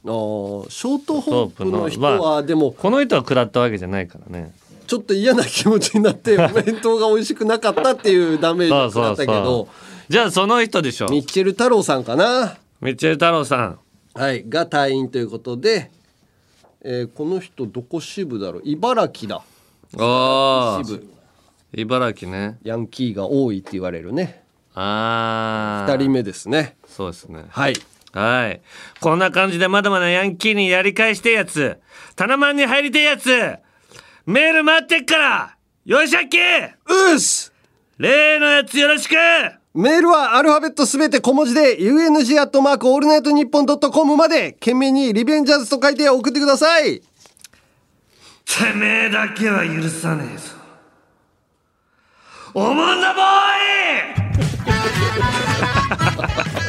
Speaker 3: あーショートホープの人は、
Speaker 2: まあ
Speaker 3: でも
Speaker 2: この人は食らったわけじゃないからね
Speaker 3: ちょっと嫌な気持ちになってお弁当が美味しくなかったっていうダメージ
Speaker 2: そ
Speaker 3: だ
Speaker 2: う
Speaker 3: っ
Speaker 2: そ
Speaker 3: た
Speaker 2: う
Speaker 3: けど
Speaker 2: そうじゃあその人でしょ
Speaker 3: ミッチェル太郎さんかな、
Speaker 2: ミッチェル太郎さん
Speaker 3: はい、が隊員ということで、えーこの人どこ支部だろう茨城だ
Speaker 2: あ
Speaker 3: 支部
Speaker 2: あ茨城ね
Speaker 3: ヤンキーが多いって言われるね
Speaker 2: ああ
Speaker 3: 2人目ですね
Speaker 2: そうですね
Speaker 3: はい
Speaker 2: はいこんな感じでまだまだヤンキーにやり返してえやつタナマンに入りてえやつメール待ってっからよいしゃっけ
Speaker 3: うっす
Speaker 2: 例のやつよろしく
Speaker 3: メールはアルファベットすべて小文字で UNG アットマークオールナイトニッポンドットコムまで懸命にリベンジャーズと書いて送ってください
Speaker 2: てめえだけは許さねえぞおもんなボー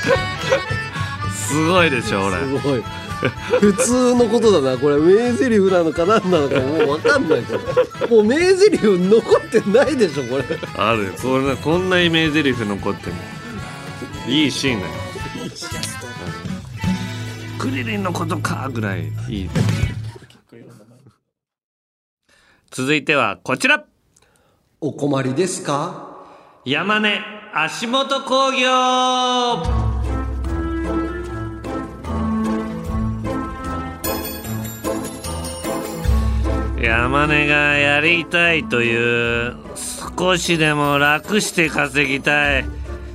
Speaker 2: イすごいでしょ俺
Speaker 3: すごい普通のことだなこれ名台詞なのか何なのかもう分かんないでしょもう名台詞残ってないでしょこれ
Speaker 2: あるよこんなこんなイメージ台詞残ってるいいシーンだよクリリンのことかぐらいいい続いてはこちら
Speaker 3: お困りですか
Speaker 2: 山根足元工業山根がやりたいという少しでも楽して稼ぎたい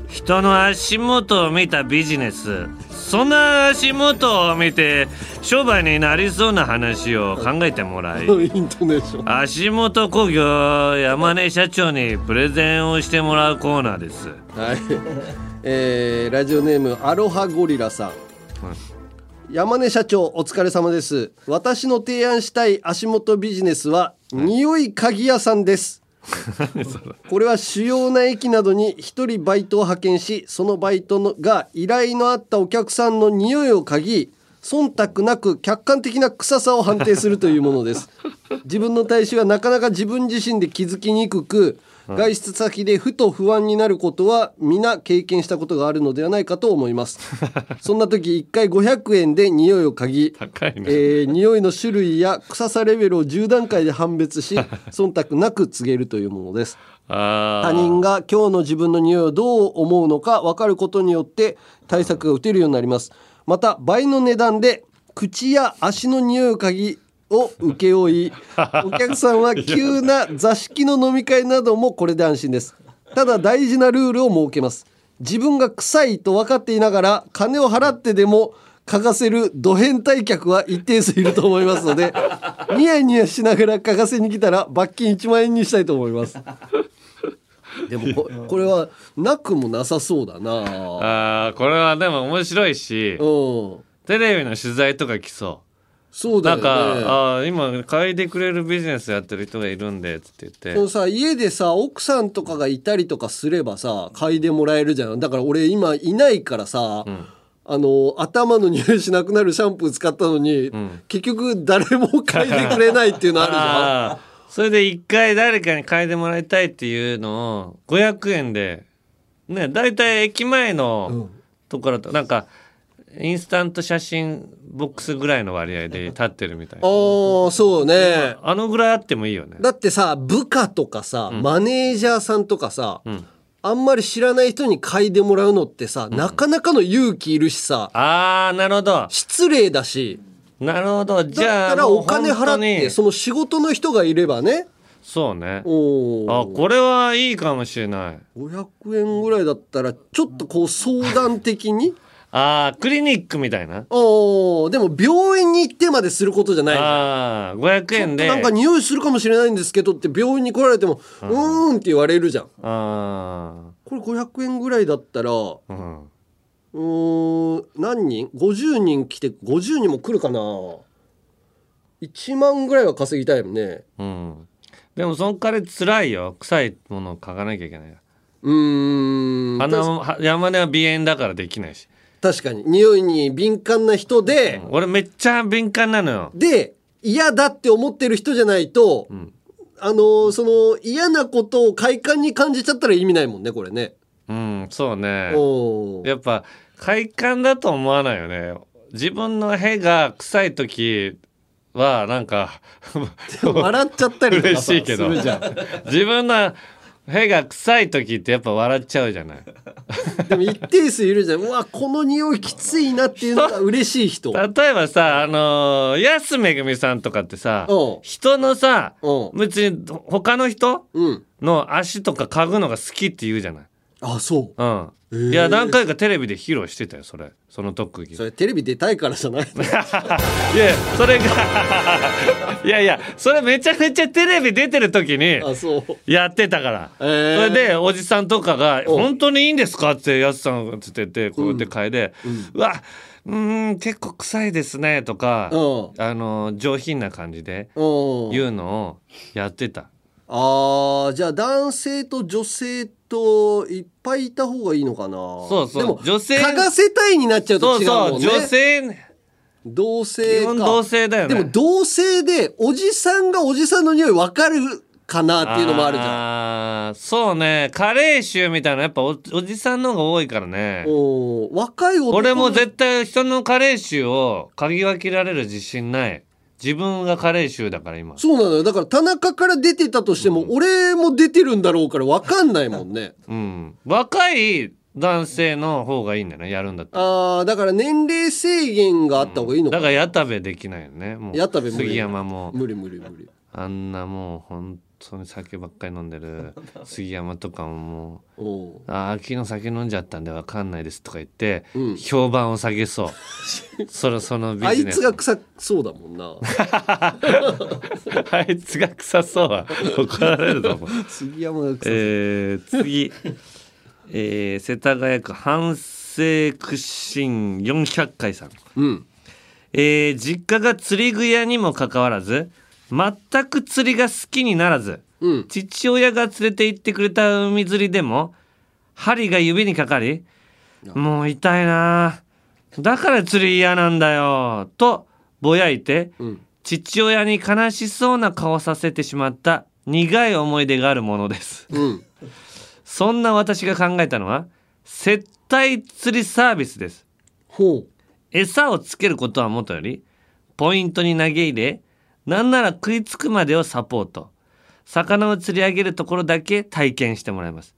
Speaker 2: 人の足元を見たビジネスそんな足元を見て商売になりそうな話を考えてもらい
Speaker 3: イントネーション
Speaker 2: 足元工業山根社長にプレゼンをしてもらうコーナーです
Speaker 3: はいえーラジオネームアロハゴリラさん、山根社長お疲れ様です私の提案したい足元ビジネスは、匂い鍵屋さんですこれは主要な駅などに一人バイトを派遣しそのバイトのが依頼のあったお客さんの匂いを嗅ぎ忖度なく客観的な臭さを判定するというものです 自分の体臭はなかなか自分自身で気づきにくく外出先でふと不安になることは皆経験したことがあるのではないかと思います そんな時1回500円で匂いを嗅ぎ
Speaker 2: 高いね
Speaker 3: えー匂いの種類や臭さレベルを10段階で判 別し忖度なく告げるというものです
Speaker 2: あ
Speaker 3: 他人が今日の自分の匂いをどう思うのか分かることによって対策が打てるようになりますまた倍の値段で口や足の匂いを嗅ぎを請け負いお客さんは急な座敷の飲み会などもこれで安心ですただ大事なルールを設けます自分が臭いと分かっていながら金を払ってでも嗅がせるド変態客は一定数いると思いますのでニヤニヤしながら嗅がせに来たら罰金1万円にしたいと思いますで もここれはなくもなさそうだな
Speaker 6: あーこれはでも面白いし
Speaker 3: うん
Speaker 6: テレビの取材とか来そ
Speaker 3: そう
Speaker 6: う
Speaker 3: だ
Speaker 6: な
Speaker 3: よ
Speaker 6: ん
Speaker 3: ね
Speaker 6: か、あー今嗅いでくれるビジネスやってる人がいるんでっつって言
Speaker 3: そ
Speaker 6: っ
Speaker 3: の
Speaker 6: て
Speaker 3: さ家でさ奥さんとかがいたりとかすればさ嗅いでもらえるじゃんだから俺今いないからさ、あの頭の匂いしなくなるシャンプー使ったのに、結局誰も嗅いでくれないっていうのあるじゃん
Speaker 6: あーそれで一回誰かに嗅いでもらいたいっていうのを500円でね大体駅前のところと、なんかインスタント写真ボックスぐらいの割合で立ってるみたい
Speaker 3: あ
Speaker 6: な
Speaker 3: ーそうね
Speaker 6: あのぐらいあってもいいよね
Speaker 3: だってさ部下とかさ、マネージャーさんとかさ、あんまり知らない人に嗅いでもらうのってさ、なかなかの勇気いるしさ
Speaker 6: あーなるほど
Speaker 3: 失礼だし
Speaker 6: なるほどじ
Speaker 3: だっ
Speaker 6: ゃ
Speaker 3: た
Speaker 6: あ
Speaker 3: ら
Speaker 6: もう
Speaker 3: お金
Speaker 6: 本当
Speaker 3: 払っ
Speaker 6: に
Speaker 3: てその仕事の人がいればね
Speaker 6: そうね
Speaker 3: おー
Speaker 6: あこれはいいかもしれない
Speaker 3: 500円ぐらいだったらちょっとこう相談的に
Speaker 6: あークリニックみたいな
Speaker 3: おーでも病院に行ってまですることじゃない
Speaker 6: あー500円で
Speaker 3: なんか匂いするかもしれないんですけどって病院に来られても「うーん」って言われるじゃん
Speaker 6: あ
Speaker 3: これ500円ぐらいだったらう
Speaker 6: ーうん
Speaker 3: ーん何人 ?50 人来て50人も来るかな1万ぐらいは稼ぎたいもんね
Speaker 6: うんでもそんから辛いよ臭いものを嗅がなきゃいけないう
Speaker 3: ーん
Speaker 6: 鼻
Speaker 3: た
Speaker 6: もは山根は鼻炎だからできないし
Speaker 3: 確かに匂いに敏感な人で、
Speaker 6: 俺めっちゃ敏感なのよ
Speaker 3: で嫌だって思ってる人じゃないと、あのーその嫌なことを快感に感じちゃったら意味ないもんねこれね。
Speaker 6: うんそうね
Speaker 3: おー
Speaker 6: やっぱ快感だと思わないよね自分の屁が臭い時はなん か
Speaker 3: 笑っちゃったりとか
Speaker 6: 嬉
Speaker 3: さ
Speaker 6: しいけど
Speaker 3: するじゃん
Speaker 6: 自分の屁が臭い時ってやっぱ笑っちゃうじゃない
Speaker 3: でも一定数いるじゃんうわこの匂いきついなっていうのが嬉しい 人。うん
Speaker 6: 例えばさあのー安めぐみさんとかってさ
Speaker 3: うん
Speaker 6: 人のさ
Speaker 3: うん
Speaker 6: 別に他の人
Speaker 3: うん
Speaker 6: の足とか嗅ぐのが好きって言うじゃない
Speaker 3: あそう
Speaker 6: うんいや何回かテレビで披露してたよそれその特技
Speaker 3: それテレビ出たいからじ ゃない
Speaker 6: いやいやそれが いやいやそれめちゃめちゃテレビ出てる時に
Speaker 3: あそう。
Speaker 6: やってたから、
Speaker 3: えー
Speaker 6: それでおじさんとかが「
Speaker 3: うん
Speaker 6: 本当にいいんですか?」ってやすさんがつっててこうやって嗅いで「うわうーん結構臭いですね」とか、
Speaker 3: う
Speaker 6: あの上品な感じで
Speaker 3: うん、
Speaker 6: 言うのをやってた。
Speaker 3: あーじゃあ男性と女性といっぱいいた方がいいのかな
Speaker 6: そうそう
Speaker 3: でも
Speaker 6: 女性
Speaker 3: 嗅がせたいになっちゃうと
Speaker 6: そう
Speaker 3: 違うも
Speaker 6: そ
Speaker 3: ん
Speaker 6: う
Speaker 3: ね
Speaker 6: 女性
Speaker 3: 同
Speaker 6: 基
Speaker 3: 性か
Speaker 6: 本同性だよね
Speaker 3: でも同性でおじさんがおじさんの匂い分かるかなっていうのもあるじゃん
Speaker 6: ゃんそうね加齢臭みたいなやっぱおおじさんの方が多いからね
Speaker 3: おー若い男
Speaker 6: 俺も絶対人の加齢臭を嗅ぎ分けられる自信ない自分が加齢臭だから今
Speaker 3: そうなのよだから田中から出てたとしても、俺も出てるんだろうから分かんないもんね
Speaker 6: うん若い男性の方がいいんだよねやるんだったら
Speaker 3: あーだから年齢制限があった方がいいのか
Speaker 6: だ
Speaker 3: な、
Speaker 6: から矢田部できないよねもう
Speaker 3: 矢田部無理
Speaker 6: 杉山も
Speaker 3: 無理無理無理
Speaker 6: あんなもう本当に酒ばっかり飲んで る杉山とかももう
Speaker 3: おー
Speaker 6: あー昨日酒飲んじゃったんでわかんないですとか言って、
Speaker 3: うん
Speaker 6: 評判を下げそう そろそのビ
Speaker 3: あ
Speaker 6: ジ
Speaker 3: い
Speaker 6: ネ
Speaker 3: つ
Speaker 6: ス
Speaker 3: が臭そうだもんな
Speaker 6: あいつが臭そうは 怒られると思う
Speaker 3: 杉山が臭そう、
Speaker 6: えー、 次、えー、世田谷区反省屈伸400回さん、
Speaker 3: うん
Speaker 6: えー実家が釣り具屋にもかかわらず全く釣りが好きにならず、
Speaker 3: うん
Speaker 6: 父親が連れて行ってくれた海釣りでも針が指にかかりもう痛いなあだから釣り嫌なんだよとぼやいて、
Speaker 3: ん
Speaker 6: 父親に悲しそうな顔させてしまった苦い思い出があるものです
Speaker 3: うん
Speaker 6: そんな私が考えたのは接待釣りサービスです
Speaker 3: ほ
Speaker 6: 餌をつけることはもとよりポイントに投げ入れなんなら食いつくまでをサポート魚を釣り上げるところだけ体験してもらいます、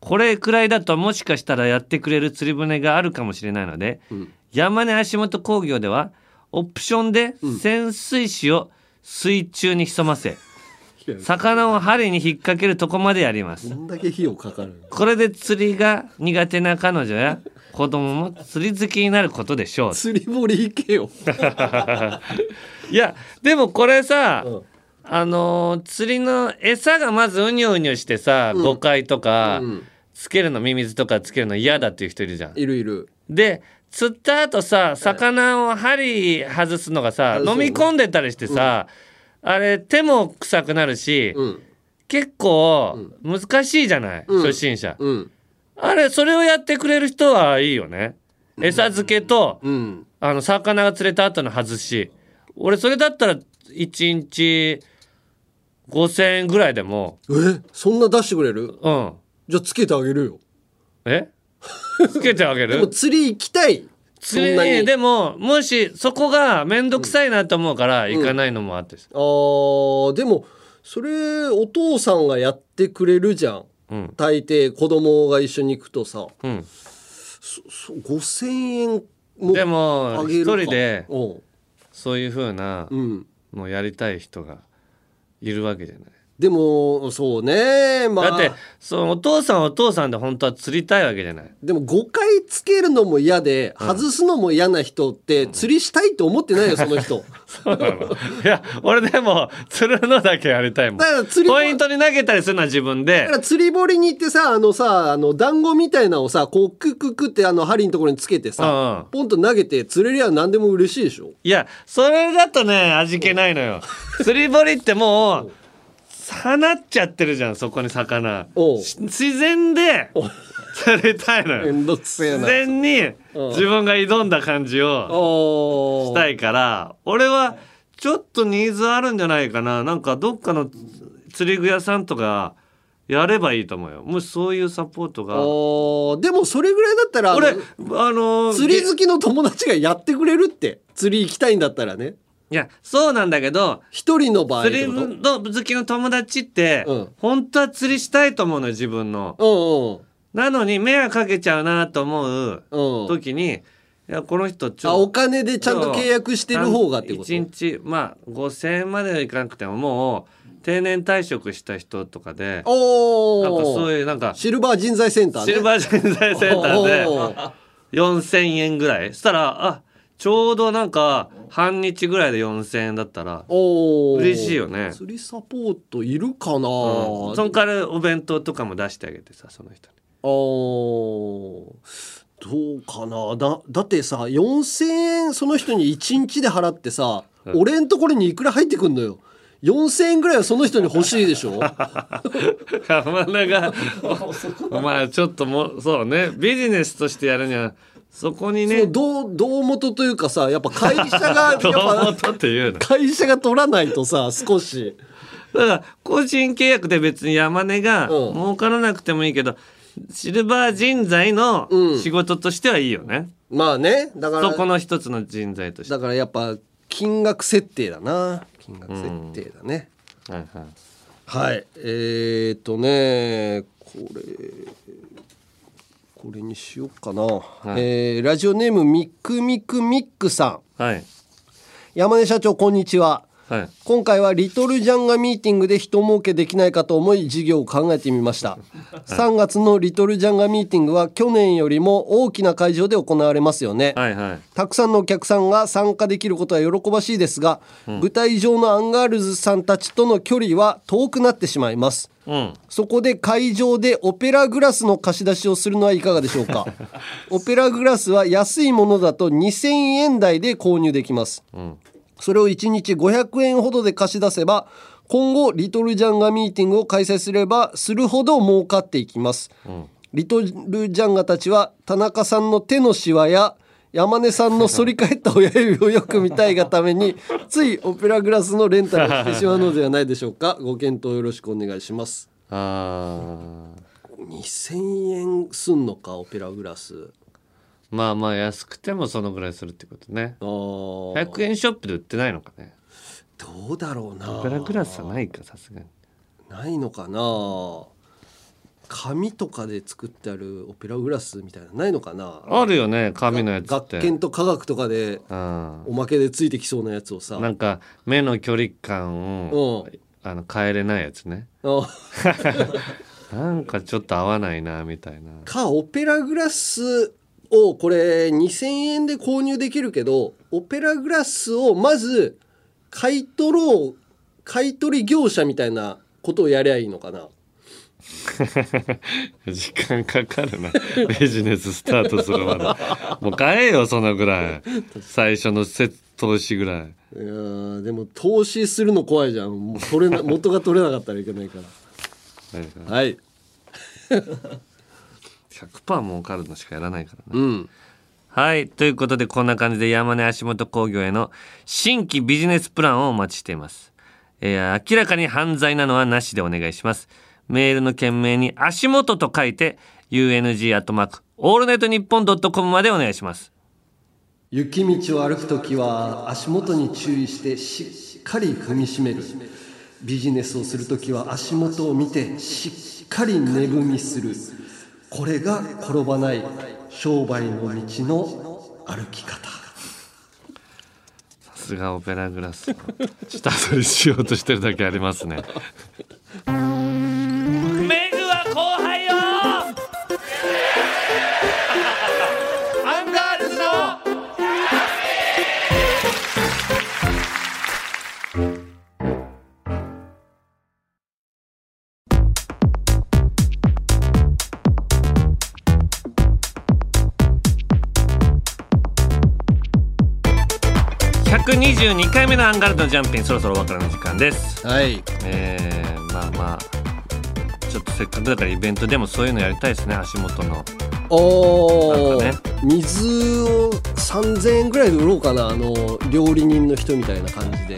Speaker 6: これくらいだともしかしたらやってくれる釣り船があるかもしれないので、山根足元工業ではオプションで潜水士を水中に潜ま せ、魚を針に引っ掛けるとこまでやります
Speaker 3: うどんだけ費用かかるの
Speaker 6: これで釣りが苦手な彼女や子供も釣り好きになることでしょう
Speaker 3: 釣り堀行けよ
Speaker 6: いやでもこれさ、
Speaker 3: ん
Speaker 6: あのー釣りの餌がまずうにょうにょしてさ、誤解とか、つけるのミミズとかつけるの嫌だっていう人いるじゃん。
Speaker 3: いるいる
Speaker 6: で釣った後さ魚を針外すのがさ、
Speaker 3: そう
Speaker 6: 飲み込んでたりしてさ、あれ手も臭くなるし、
Speaker 3: うん
Speaker 6: 結構難しいじゃない、
Speaker 3: ん
Speaker 6: 初心者。
Speaker 3: うん
Speaker 6: あれそれをやってくれる人はいいよね。餌漬けと、
Speaker 3: うん
Speaker 6: あの魚が釣れた後の外し俺それだったら1日5,000円ぐらいでも
Speaker 3: えそんな出してくれる
Speaker 6: うん
Speaker 3: じゃあつけてあげるよ
Speaker 6: えつけてあげ
Speaker 3: でも
Speaker 6: る
Speaker 3: 釣り行きたいそ
Speaker 6: 釣
Speaker 3: んな
Speaker 6: りに
Speaker 3: に
Speaker 6: でももしそこが面倒くさいなと思うから行かないのもあってさ
Speaker 3: あーでもそれお父さんがやってくれるじゃん、
Speaker 6: うん
Speaker 3: 大抵子供が一緒に行くとさ
Speaker 6: うん
Speaker 3: そ5,000円も
Speaker 6: でも
Speaker 3: あげるか
Speaker 6: 一人で
Speaker 3: うん
Speaker 6: そういう風な
Speaker 3: うん
Speaker 6: のをやりたい人がいるわけじゃない
Speaker 3: でもそうねまあ
Speaker 6: だってそのお父さんはお父さんで本当は釣りたいわけじゃない
Speaker 3: でも5回つけるのも嫌で外すのも嫌な人って釣りしたいと思ってないよその人
Speaker 6: そうなのいや俺でも 釣るのだけやりたいもん
Speaker 3: だから釣りも
Speaker 6: ポイントに投げたりするのは自分
Speaker 3: だ
Speaker 6: で
Speaker 3: から釣り堀に行ってさあのさあの団子みたいなのをさこうクククってあの針のところにつけて
Speaker 6: うんうん
Speaker 3: さポンと投げて釣れりゃ何でも嬉しいでしょ
Speaker 6: いやそれだとね味気ないのよ釣り堀ってもう放っちゃってるじゃんそこに魚
Speaker 3: おう
Speaker 6: し自然で釣りたいの
Speaker 3: め
Speaker 6: よ
Speaker 3: んどくせえ
Speaker 6: 自
Speaker 3: な
Speaker 6: 然に
Speaker 3: うん
Speaker 6: 自分が挑んだ感じを
Speaker 3: し
Speaker 6: したいから俺はちょっとニーズあるんじゃないかななんかどっかの釣り具屋さんとかやればいいと思うよもしそういうサポートが
Speaker 3: でもそれぐらいだったらあの
Speaker 6: 俺あのー
Speaker 3: 釣り好きの友達がやってくれるって釣り行きたいんだったらね
Speaker 6: いやそうなんだけど
Speaker 3: 一人の場合って
Speaker 6: 釣り
Speaker 3: ことうん
Speaker 6: の好きの友達って、
Speaker 3: うん
Speaker 6: 本当は釣りしたいと思うのよ自分の。
Speaker 3: うん
Speaker 6: なのに迷惑かけちゃうなと思う
Speaker 3: うん
Speaker 6: 時に、いやこの人ち
Speaker 3: あ
Speaker 6: ょ
Speaker 3: お金でちゃんと契約してる方がってこと
Speaker 6: 1日まあ5,000円まではいかなくてももう定年退職した人とかで
Speaker 3: お
Speaker 6: なんか
Speaker 3: お
Speaker 6: そういうなんか
Speaker 3: シルバー人材センターね
Speaker 6: シルバー人材センターで
Speaker 3: おー
Speaker 6: 4,000円ぐらいしたらあちょうどなんか半日ぐらいで4,000円だったら
Speaker 3: おー
Speaker 6: 嬉しいよね
Speaker 3: 釣りサポートいるかな、
Speaker 6: うんそんからお弁当とかも出してあげてさその人に
Speaker 3: あーどうかなだだってさ4,000円その人に1日で払ってさ、俺んところにいくら入ってくんのよ4,000円ぐらいはその人に欲しいでし ょ
Speaker 6: 浜 田がおお前ちょっともうそうねビジネスとしてやるにはそこに
Speaker 3: も
Speaker 6: ね
Speaker 3: うどう胴元というかさやっぱ会社 がやっ
Speaker 6: どうも
Speaker 3: ぱ
Speaker 6: とっていうのだか
Speaker 3: 会社が取らないとさ少し
Speaker 6: ら個人契約で別に山根が
Speaker 3: うん
Speaker 6: 儲からなくてもいいけど、シルバー人材の
Speaker 3: うん
Speaker 6: 仕事としてはいいよね、
Speaker 3: まあねだから
Speaker 6: そこの一つの人材として
Speaker 3: だからやっぱ金額設定だな金額設定だね、
Speaker 6: はいはい
Speaker 3: はいえー、とねこれこれにしようかな、
Speaker 6: い
Speaker 3: えーラジオネームみくみくみっくさん
Speaker 6: はい
Speaker 3: 山根社長こんにちは
Speaker 6: はい
Speaker 3: 今回はリトルジャンガミーティングで人儲けできないかと思い事業を考えてみました3月のリトルジャンガミーティングは去年よりも大きな会場で行われますよね、
Speaker 6: はいはい
Speaker 3: たくさんのお客さんが参加できることは喜ばしいですが、舞台上のアンガールズさんたちとの距離は遠くなってしまいます
Speaker 6: うん
Speaker 3: そこで会場でオペラグラスの貸し出しをするのはいかがでしょうかオペラグラスは安いものだと2000円台で購入できます、それを1日500円ほどで貸し出せば今後リトルジャンガミーティングを開催すればするほど儲かっていきます、リトルジャンガたちは田中さんの手のシワや山根さんの反り返った親指をよく見たいがため についオペラグラスのレンタルをしてしまうのではないでしょうかご検討よろしくお願いします
Speaker 6: あー
Speaker 3: 2000円すんのかオペラグラス
Speaker 6: まあまあ安くてもそのぐらいするってことね
Speaker 3: あー
Speaker 6: 100円ショップで売ってないのかね
Speaker 3: どうだろうな
Speaker 6: オペラグラスはないかさすがに
Speaker 3: ないのかな紙とかで作ってあるオペラグラスみたいなのないのかな
Speaker 6: あるよね紙のやつっ
Speaker 3: 学
Speaker 6: て
Speaker 3: 研と科学とかで
Speaker 6: うん
Speaker 3: おまけでついてきそうなやつをさ
Speaker 6: なんか目の距離感を
Speaker 3: うん
Speaker 6: あの変えれないやつね
Speaker 3: あ
Speaker 6: なんかちょっと合わないなみたいな
Speaker 3: かオペラグラスをこれ2,000円で購入できるけどオペラグラスをまず買い取ろう買い取り業者みたいなことをやりゃいいのかな
Speaker 2: 時間かかるなビジネススタートするまでもう買えよそのぐらい最初のせ投資ぐらい
Speaker 3: いやーでも投資するの怖いじゃんもう取れな元が取れなかったらいけない からはい
Speaker 2: 100%儲かるのしかやらないからね
Speaker 3: うん
Speaker 2: はい。ということで、こんな感じで山根足元工業への新規ビジネスプランをお待ちしています。えー明らかに犯罪なのはなしでお願いします。メールの件名に足元と書いて、UNG アットマーク、オールナイトニッポンドットコムまでお願いします。
Speaker 3: 雪道を歩くときは足元に注意してしっかり踏みしめるビジネスをするときは足元を見てしっかり値踏みするこれが転ばない商売の道の歩き方
Speaker 2: さすがオペラグラス。下取りしようとしてるだけありますね。メグは後輩 よアンガールズの122回目のアンガールズのジャンピンそろそろお別れの時間です
Speaker 3: はい
Speaker 2: えー、まあまあちょっとせっかくだからイベントでもそういうのやりたいですね足元の
Speaker 3: おー
Speaker 2: なんか
Speaker 3: 水を3000円ぐらいで売ろうかなあの料理人の人みたいな感じで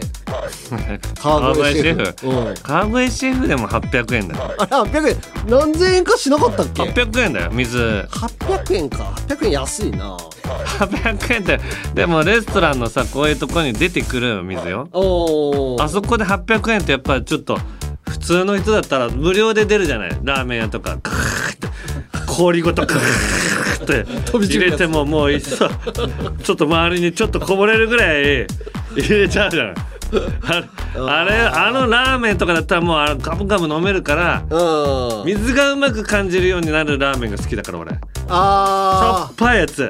Speaker 3: 川越シェフ
Speaker 2: 川越シェ
Speaker 3: うん、
Speaker 2: 川越シェフでも800円だよ
Speaker 3: あれ800円何千円かしなかったっけ
Speaker 2: 800円だよ水
Speaker 3: 800円か800円安いな
Speaker 2: 800円ってでもレストランのさこういうとこに出てくる水よ
Speaker 3: おー
Speaker 2: あそこで800円ってやっぱちょっと普通の人だったら無料で出るじゃないラーメン屋とかカーって氷ごとカーって入
Speaker 3: び散る
Speaker 2: れ
Speaker 3: やつ
Speaker 2: てももういっそちょっと周りにちょっとこぼれるぐらい入れちゃうじゃないああれあのラーメンとかだったらもうあのガブガブ飲めるから
Speaker 3: うん
Speaker 2: 水がうまく感じるようになるラーメンが好きだから俺しょ
Speaker 3: あ
Speaker 2: っぱいやつ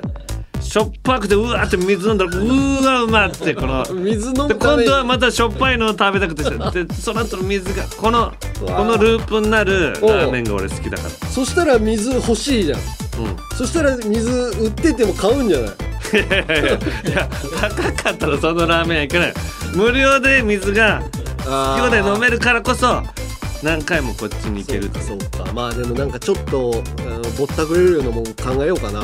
Speaker 2: しょっぱくてうわーって水飲んだらうーわうまってこの
Speaker 3: ー水飲
Speaker 2: で
Speaker 3: むた
Speaker 2: 今
Speaker 3: めに
Speaker 2: 度はまたしょっぱいのを食べたくてしたでその後の水がこのこのループになるラーメンが俺好きだか
Speaker 3: そしたら水欲しいじゃん
Speaker 2: らうん
Speaker 3: そしたら水売ってても買うんじゃない
Speaker 2: いや高かったらそのラーメン屋行かない無料で水が
Speaker 3: あ
Speaker 2: 今
Speaker 3: ー
Speaker 2: で飲めるからこそ何回もこっちに行けるって
Speaker 3: そうかそうかまあでもなんかちょっと、うんぼったくれるようなもん考えようかな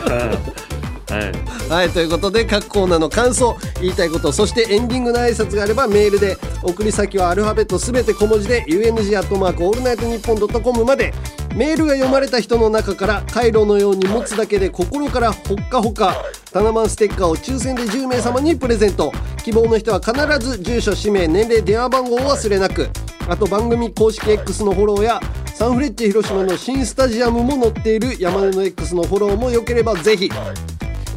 Speaker 2: はい
Speaker 3: はいということで各コーナーの感想言いたいことそしてエンディングの挨拶があればメールで送り先はアルファベットすべて小文字で「UNG」「アットマークオールナイトニッポン」「ドットコム」までメールが読まれた人の中からカイロのように持つだけで心からほっかほかタナマンステッカーを抽選で10名様にプレゼント希望の人は必ず住所氏名年齢電話番号を忘れなくあと番組公式 X のフォローやサンフレッチェ広島の新スタジアムも載っている山根の X のフォローもよければぜひ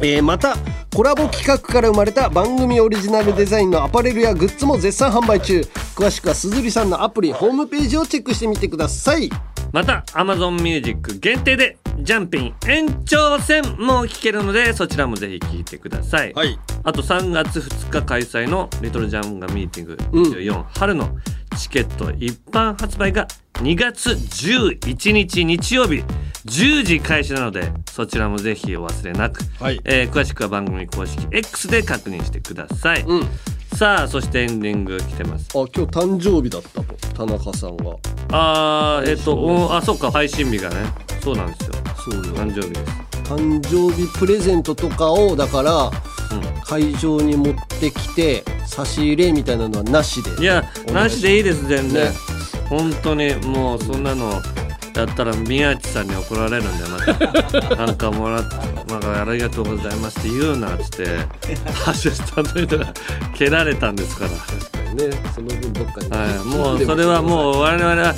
Speaker 3: えーまたコラボ企画から生まれた番組オリジナルデザインのアパレルやグッズも絶賛販売中詳しくはすずりさんのアプリホームページをチェックしてみてください
Speaker 2: また AmazonMusic 限定でジャンピン延長戦も聴けるのでそちらもぜひ聴いてください、
Speaker 3: はい
Speaker 2: あと3月2日開催の「リトルジャムガミーティング
Speaker 3: うん
Speaker 2: 24、春」のチケット一般発売が2月11日日曜日10時開始なのでそちらもぜひお忘れなく、
Speaker 3: はい
Speaker 2: えー詳しくは番組公式 X で確認してください、
Speaker 3: うん
Speaker 2: さあそしてエンディング来てます
Speaker 3: あ今日誕生日だったと田中さんが
Speaker 2: あーえっ、とおあそうか配信日がねそうなんですよ
Speaker 3: そうよ
Speaker 2: 誕生日です
Speaker 3: 誕生日プレゼントとかをだから
Speaker 2: うん
Speaker 3: 会場に持ってきて差し入れみたいなのはなしで
Speaker 2: いや
Speaker 3: お願
Speaker 2: ない
Speaker 3: します
Speaker 2: しでいいです全然、
Speaker 3: ね
Speaker 2: 本当にもうそんなのだったら宮地さんに怒られるんでまたなんかもらって「なんかありがとうございます」って言うなっつってアシスタントに蹴られたんですから、
Speaker 3: ねその分どっかに、
Speaker 2: はい、もうそれはも
Speaker 3: う
Speaker 2: う我々は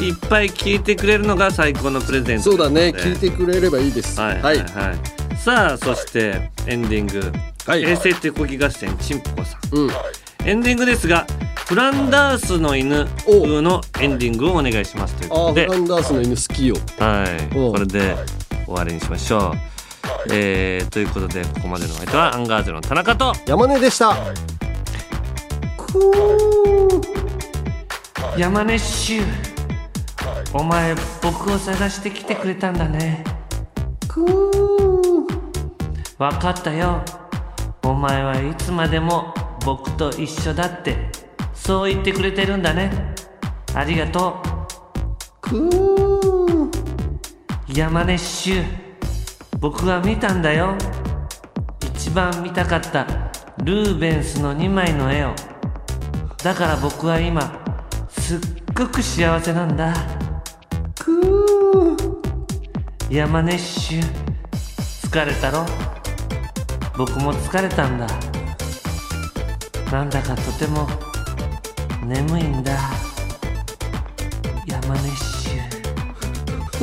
Speaker 2: いっぱい聞いてくれるのが最高のプレゼント
Speaker 3: そうだね
Speaker 2: なので
Speaker 3: 聞いてくれればいいです
Speaker 2: はいはい、はい、さあそしてエンディング「
Speaker 3: はい
Speaker 2: 衛星手こぎ合戦ちんぽこさん」
Speaker 3: うん
Speaker 2: エンディングですが、フランダースの犬風のエンディングをお願いしますというこ
Speaker 3: あ
Speaker 2: と
Speaker 3: ーフ
Speaker 2: で、
Speaker 3: ランダースの犬好きよ
Speaker 2: はい、
Speaker 3: おう
Speaker 2: これで終わりにしましょう。えー、ということで、ここまでのお相手はアンガールズの田中と、
Speaker 3: 山根でした。くー
Speaker 8: 山根シュお前僕を探してきてくれたんだねくー分かったよお前はいつまでも僕と一緒だってそう言ってくれてるんだねありがとうくー山根シュ僕は見たんだよ一番見たかったルーベンスの2枚の絵をだから僕は今すっごく幸せなんだくー山根ッシュ疲れたろ僕も疲れたんだなんだかとても眠いんだ山根ッシ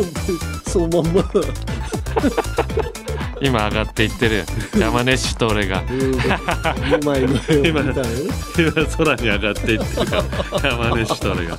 Speaker 8: ュ
Speaker 3: そのまんまだ
Speaker 2: 今上がっていってる山根氏と俺が
Speaker 3: 2枚の絵を見たよ
Speaker 2: 今空に上がっていってるから山根氏と俺が